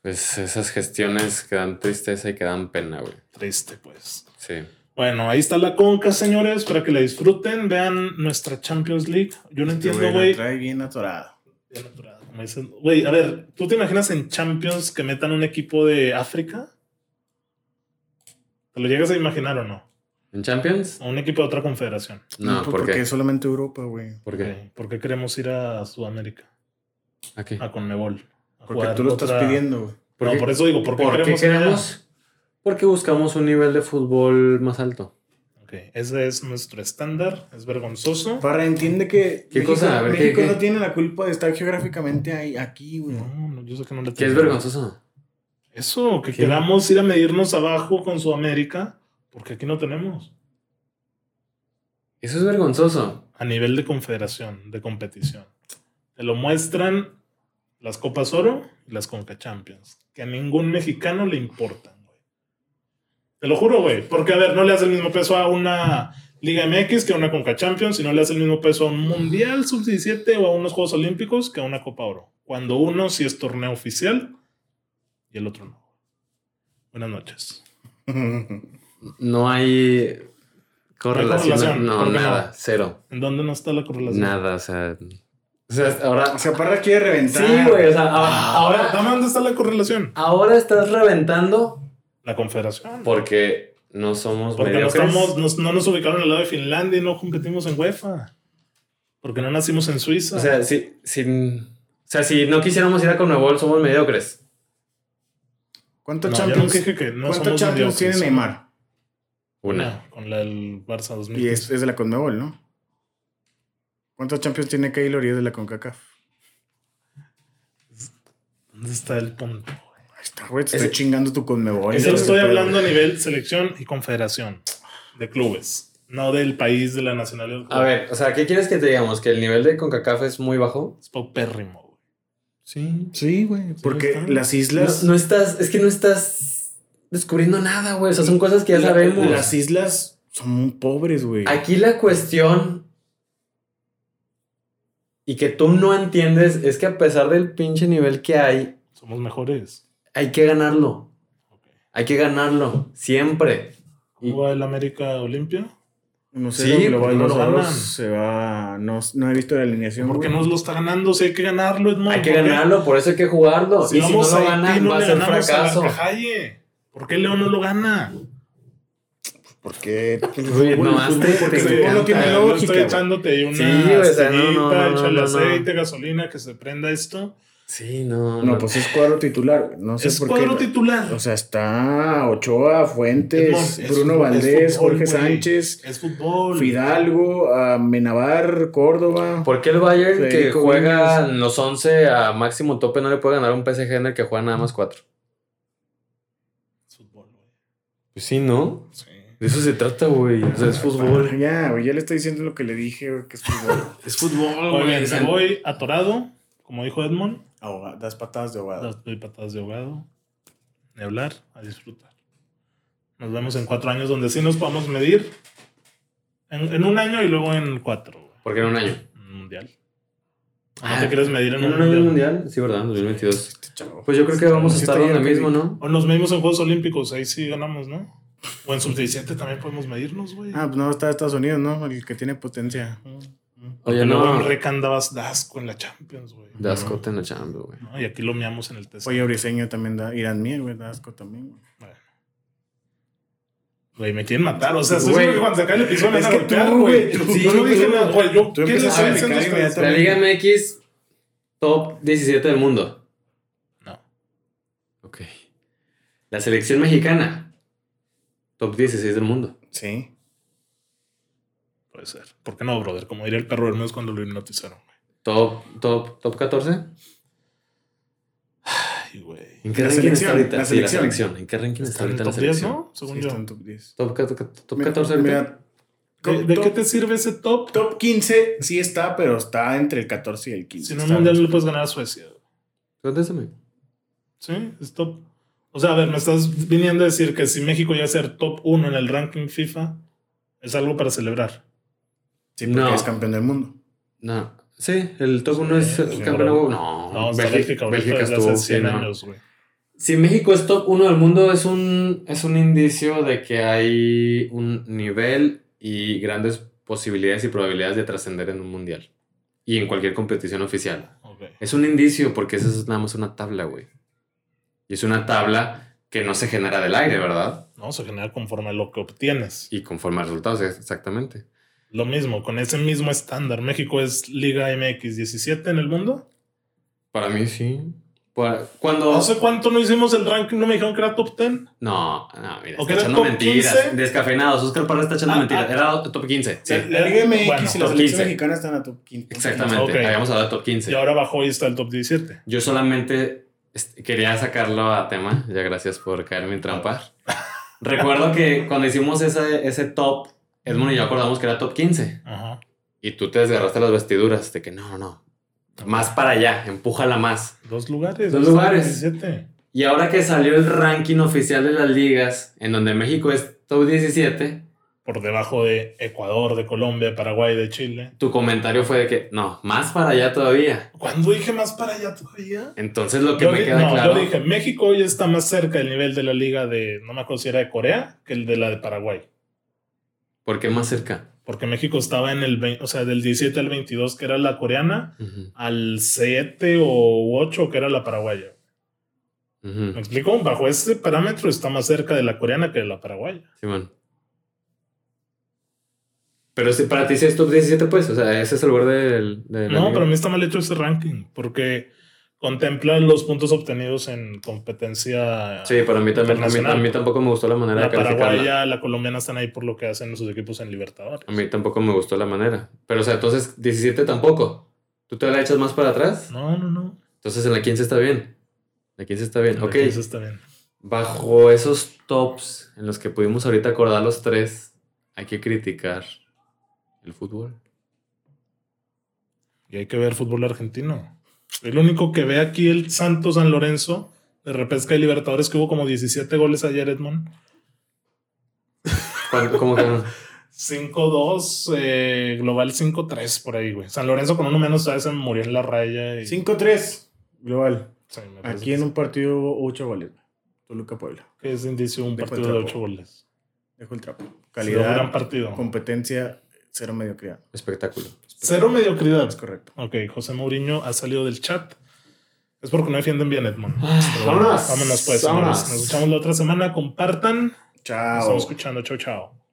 S2: Pues esas gestiones que dan tristeza y que dan pena, güey.
S1: Triste, pues.
S2: Sí.
S1: Bueno, ahí está la conca, señores, para que la disfruten. Vean nuestra Champions League. Yo no entiendo, Este güey.
S3: güey. la Trae bien atorado.
S1: Ya natural, como dices. Güey, a ver, ¿tú te imaginas en Champions que metan un equipo de África? ¿Te lo llegas a imaginar o no?
S2: ¿En Champions?
S1: A un equipo de otra confederación.
S2: No,
S3: pues,
S2: ¿por
S3: porque
S2: qué?
S3: es solamente Europa, güey.
S2: ¿Por qué?
S1: Ok, ¿Por qué queremos ir a Sudamérica?
S2: ¿A qué?
S1: A Conmebol. A
S3: Porque
S1: jugar
S3: tú lo estás
S1: otra-
S3: pidiendo, güey.
S2: ¿Por
S1: no,
S2: qué?
S1: por eso digo, ¿por qué
S2: ¿Por qué
S1: queremos, ir allá?
S2: queremos? Porque buscamos un nivel de fútbol más alto.
S1: Ok, Ese es nuestro estándar, es vergonzoso.
S3: Para entiende que
S2: ¿Qué
S3: México,
S2: cosa? A ver, ¿qué-
S3: México
S2: qué?
S3: no tiene la culpa de estar geográficamente ahí, aquí, güey.
S1: No, no, yo sé que no le
S2: ¿Qué es
S1: tengo.
S2: vergonzoso?
S1: Eso, que
S2: ¿Qué?
S1: queramos ir a medirnos abajo con Sudamérica, porque aquí no tenemos.
S2: Eso es vergonzoso.
S1: a nivel de confederación, de competición. Te lo muestran las Copas Oro y las Conca Champions, que a ningún mexicano le importan, güey. Te lo juro, güey, porque a ver, no le hace el mismo peso a una Liga MX que a una Conca Champions, y no le hace el mismo peso a un Mundial Sub-17 o a unos Juegos Olímpicos que a una Copa Oro. Cuando uno sí es torneo oficial y el otro no. Buenas noches.
S2: No hay correlación.
S1: correlación,
S2: no,
S1: ¿por qué no?
S2: nada. Cero.
S1: ¿En dónde no está la correlación?
S2: Nada, o sea. O sea, ahora.
S3: O sea, Parra quiere
S2: Sí,
S3: reventar.
S2: güey. O sea,
S1: Ahora,
S2: ahora,
S1: dame dónde está la correlación.
S2: ahora estás reventando
S1: La confederación.
S2: porque no somos
S1: Porque no,
S2: mediocres.
S1: estamos, nos- no nos ubicaron al lado de Finlandia y no competimos en UEFA. Porque no nacimos en Suiza.
S2: O sea, si, si- o sea, si no quisiéramos ir a Conmebol, somos mediocres.
S1: no,
S3: ¿Cuántos
S1: yo
S3: Champions,
S1: nunca dije que no
S3: cuántos
S1: somos
S3: Champions
S1: mediocres.
S3: tiene Neymar?
S2: Una.
S1: Una, Con la del Barça
S3: Y este-
S1: 2015.
S3: es, es de la Conmebol, ¿no? ¿Cuántos Champions tiene Keylor y es de la CONCACAF?
S1: ¿Dónde está el punto?
S3: Ahí está, güey. Te
S2: Ese-
S3: estoy chingando tu Conmebol.
S1: Eso
S3: güey,
S1: estoy
S3: pero-
S1: hablando a nivel selección y confederación de clubes. No del país, de la nacionalidad.
S2: A ver, o sea, ¿qué quieres que te digamos? ¿Que el nivel de CONCACAF es muy bajo?
S1: Es paupérrimo, güey. Sí.
S3: Sí, güey. Porque
S1: está.
S3: las
S2: No,
S3: islas.
S2: no estás, es que no estás descubriendo nada, güey. O sea, son cosas que ya
S3: la-
S2: sabemos.
S3: Las islas son muy pobres, güey.
S2: Aquí la cuestión y que tú no entiendes es que a pesar del pinche nivel que hay,
S1: Somos mejores.
S2: hay que ganarlo.
S1: Ok.
S2: Hay que ganarlo. Siempre. Y-
S1: ¿Cómo va el América Olimpia?
S3: No sé,
S2: Sí,
S3: lo
S2: ¿por
S1: qué
S3: global
S1: no
S3: no
S1: lo ganan?
S3: se va. No, no he visto la alineación.
S1: Porque
S3: güey.
S1: nos lo está ganando, si hay que ganarlo, Edmond.
S2: Hay que
S1: ¿por qué?
S2: ganarlo, por eso hay que jugarlo. y si no
S1: vamos
S2: lo
S1: a Haití,
S2: ganan,
S1: no
S2: va a
S1: le
S2: ser
S1: ganamos a la
S2: fracaso.
S1: Cajalle. ¿Por qué León no lo gana?
S3: Porque.
S2: Güey, nomás te- te
S3: Porque el fútbol Pues, no
S2: encanta.
S3: tiene
S1: Yo
S3: lógica.
S1: Estoy
S3: güey.
S1: echándote ahí una
S2: Sí, o sea, no, no, no,
S1: astillita,
S2: no, no,
S1: échale
S2: no.
S1: aceite, gasolina, que se prenda esto.
S2: Sí, no.
S3: No, pues es cuadro titular. güey. No sé
S1: es
S3: por qué.
S1: cuadro titular.
S3: O sea, está Ochoa, Fuentes,
S1: Edmond, es fútbol,
S3: Bruno
S1: es
S3: Valdés,
S1: fútbol,
S3: Jorge
S1: güey.
S3: Sánchez,
S1: Es fútbol.
S3: Fidalgo, ah, Menabar, Córdoba.
S2: ¿Por qué el Bayern que
S3: Federico
S2: juega
S3: Viñas.
S2: los 11 a máximo tope no le puede ganar a un PSG en el que juega nada más 4?
S1: Es fútbol, güey.
S2: Pues sí, ¿no?
S1: Sí.
S2: De eso se trata, güey. O sea, es fútbol.
S3: Ya, güey, ya le estoy diciendo lo que le dije, güey, que es fútbol.
S2: Es fútbol,
S1: Muy bien, me voy atorado, como dijo Edmond.
S3: Ahoga- das patadas de ahogado.
S1: Las doy patadas de ahogado. De hablar, a disfrutar. Nos vemos en cuatro años, donde sí nos podamos medir. En, en un año y luego en cuatro. güey.
S2: Porque en un año.
S1: Un mundial.
S2: Ah,
S1: no te quieres medir en, un mundial.
S2: mundial? Sí, ¿verdad? En 2022.
S3: Este chavo.
S2: Pues yo creo que vamos a
S3: Sí,
S2: estar
S3: está
S2: donde
S3: bien,
S2: mismo,
S3: Federico.
S2: ¿no?
S1: O nos medimos en Juegos Olímpicos, ahí sí ganamos, ¿no? O en sub-17 también podemos medirnos, güey.
S3: Ah, pues no, está Estados Unidos, ¿no? El que tiene potencia.
S2: Oye,
S1: Luego en
S2: no.
S1: Reca andabas de asco en la Champions, güey.
S2: De ascote en la Champions, güey.
S1: ¿No? Y aquí lo meamos en el test.
S3: Oye, Briseño también da. Irán Mier, güey, da asco también. güey.
S1: Güey, me quieren matar. O sea, estoy
S2: Güey.
S1: seguro que cuando se acabe el episodio me
S3: Es
S1: van a
S3: que tú,
S1: golpear,
S3: güey,
S1: güey.
S3: tú-
S1: yo no
S3: tú-
S1: dije
S3: tú-
S1: nada, güey. Yo,
S3: tú
S1: ¿qué les
S3: empiezas
S1: estoy
S3: a
S1: diciendo a
S3: picar
S1: ustedes?
S3: inmediatamente.
S2: La Liga MX, top 17 del mundo.
S1: No.
S2: Ok. La selección mexicana, top 16 del mundo.
S3: Sí.
S1: Puede ser. ¿Por qué no, brother? Como diría el perro Hermes cuando lo hipnotizaron, güey.
S2: Top, top, top 14.
S1: Ay, güey.
S2: ¿En qué
S3: La
S2: ranking está
S3: selección,
S2: ahorita?
S3: la
S2: Sí, la
S3: selección.
S2: selección. ¿En qué ranking está
S1: Está en
S2: ahorita la
S1: top 10,
S2: selección?
S1: ¿no? Según
S3: sí,
S1: yo.
S3: está en top 10.
S2: Top, ca- ca- top
S3: Mira,
S2: 14. ahorita.
S3: mira,
S1: ¿De,
S3: top-
S1: de qué
S3: top-
S1: te sirve ese top?
S3: Top 15 sí está, pero está entre el 14 y el 15.
S1: Si no, en
S3: Está-
S1: mundial le puedes ganar a Suecia. güey.
S2: Contéstame.
S1: Sí, es top. O sea, a ver, me estás viniendo a decir que si México llega a ser top 1 en el ranking FIFA, es algo para celebrar.
S3: Sí, porque
S2: No.
S3: es campeón del mundo.
S2: No. Sí, el top 1
S1: Sí,
S2: es eh,
S1: sí,
S2: campeón de
S1: bro.
S2: huevo. No,
S1: No, está
S2: Bélgica,
S1: Bélgica ahorita
S2: Bélgica
S1: desde hace
S2: estuvo. sí,
S1: 100
S2: no.
S1: años, güey.
S2: Si México es top 1 del mundo, es un, es un indicio de que hay un nivel y grandes posibilidades y probabilidades de trascender en un mundial. Y en cualquier competición oficial.
S1: Ok.
S2: Es un indicio porque eso es nada más una tabla, güey. Y es una tabla que no se genera del aire, ¿verdad?
S1: No, se genera conforme a lo que obtienes.
S2: Y conforme a resultados, es- exactamente.
S1: Lo mismo, con ese mismo estándar. México es Liga MX 17 en el mundo.
S2: Para mí sí. Por- Cuando...
S1: No sé cuánto no hicimos el ranking, no me dijeron que era top 10.
S2: No, no, mira,
S1: ¿O que
S2: está
S1: era
S2: echando
S1: top
S2: mentiras.
S1: 15?
S2: Descafeinados, Oscar Parra está echando
S1: Ah,
S2: mentiras.
S1: ah.
S2: Era top 15, sí.
S1: Sí.
S3: La Liga
S1: Bueno,
S3: MX y la
S2: top
S3: selección
S2: 15.
S3: mexicana están a top 15.
S2: Exactamente,
S1: Ok.
S2: habíamos hablado de top 15.
S1: Y ahora bajó y está el top 17.
S2: Yo solamente este, quería sacarlo a tema, ya gracias por caerme en trampa. Recuerdo que cuando hicimos ese, ese top, Edmund y yo acordamos que era top 15.
S1: Ajá.
S2: Y tú te desgarraste las vestiduras de que no, no, no. Más para allá, empújala más.
S1: Dos lugares.
S2: Dos
S1: está en
S2: lugares.
S1: 17.
S2: Y ahora que salió el ranking oficial de las ligas, en donde México es top 17,
S1: Por debajo de Ecuador, de Colombia, de Paraguay, de Chile.
S2: tu comentario fue de que no, más para allá todavía.
S1: ¿Cuándo dije más para allá todavía?
S2: Entonces lo que
S1: Yo,
S2: me
S1: di-
S2: queda
S1: no,
S2: claro.
S1: yo dije, México hoy está más cerca del nivel de la liga de, no me acuerdo si era de Corea, que el de la de Paraguay.
S2: ¿Por qué más cerca?
S1: Porque México estaba en el, vein- o sea, del 17 al 22, que era la coreana,
S2: Ujú,
S1: al 7 o 8, que era la paraguaya.
S2: ujú,
S1: ¿Me explico? Bajo ese parámetro está más cerca de la coreana que de la paraguaya.
S2: Simón. Pero si para ti sí es top 17, pues, o sea, ese es el lugar del. de la
S1: No,
S2: liga.
S1: para mí está mal hecho ese ranking, porque contempla los puntos obtenidos en competencia.
S2: Sí, para mí también. A mí,
S1: Internacional.
S2: a mí tampoco me gustó la manera
S1: la
S2: de calificarla.
S1: paraguaya, la colombiana están ahí por lo que hacen sus equipos en Libertadores.
S2: A mí tampoco me gustó la manera. Pero, o sea, entonces 17 tampoco. ¿Tú te la echas más para atrás?
S1: No, no, no.
S2: Entonces en la 15 está bien. La 15 está bien. Ok.
S1: Eso está bien.
S2: Bajo esos tops en los que pudimos ahorita acordar los tres, hay que criticar el fútbol.
S1: Y hay que ver fútbol argentino. El único que ve aquí el Santos San Lorenzo de repesca de Libertadores que hubo como 17 goles ayer, Edmond.
S2: ¿Cuál- ¿Cómo ganó?
S1: 5-2, eh, global 5-3 por ahí, güey. San Lorenzo con uno menos a se murió en la raya. Y,
S3: 5-3 global.
S1: Sí, me parece
S3: Aquí en un partido hubo 8 goles. güey. Toluca Puebla.
S1: que es indicio un
S3: de
S1: partido de
S3: contrapo.
S1: 8 goles.
S3: Dejo el trapo.
S1: Sí, un
S3: Calidad,
S1: gran partido.
S3: competencia, cero mediocridad.
S2: Espectáculo.
S1: Cero mediocridad.
S3: Es correcto.
S1: Ok, José Mourinho ha salido del chat. Es porque no defienden bien, Edmond.
S3: Ah,
S1: Pero bueno,
S2: vámonos,
S1: Vámonos, pues.
S2: vámonos.
S1: señores. Nos escuchamos la otra semana. Compartan. Nos
S3: Chao.
S1: estamos escuchando. Chau, chau.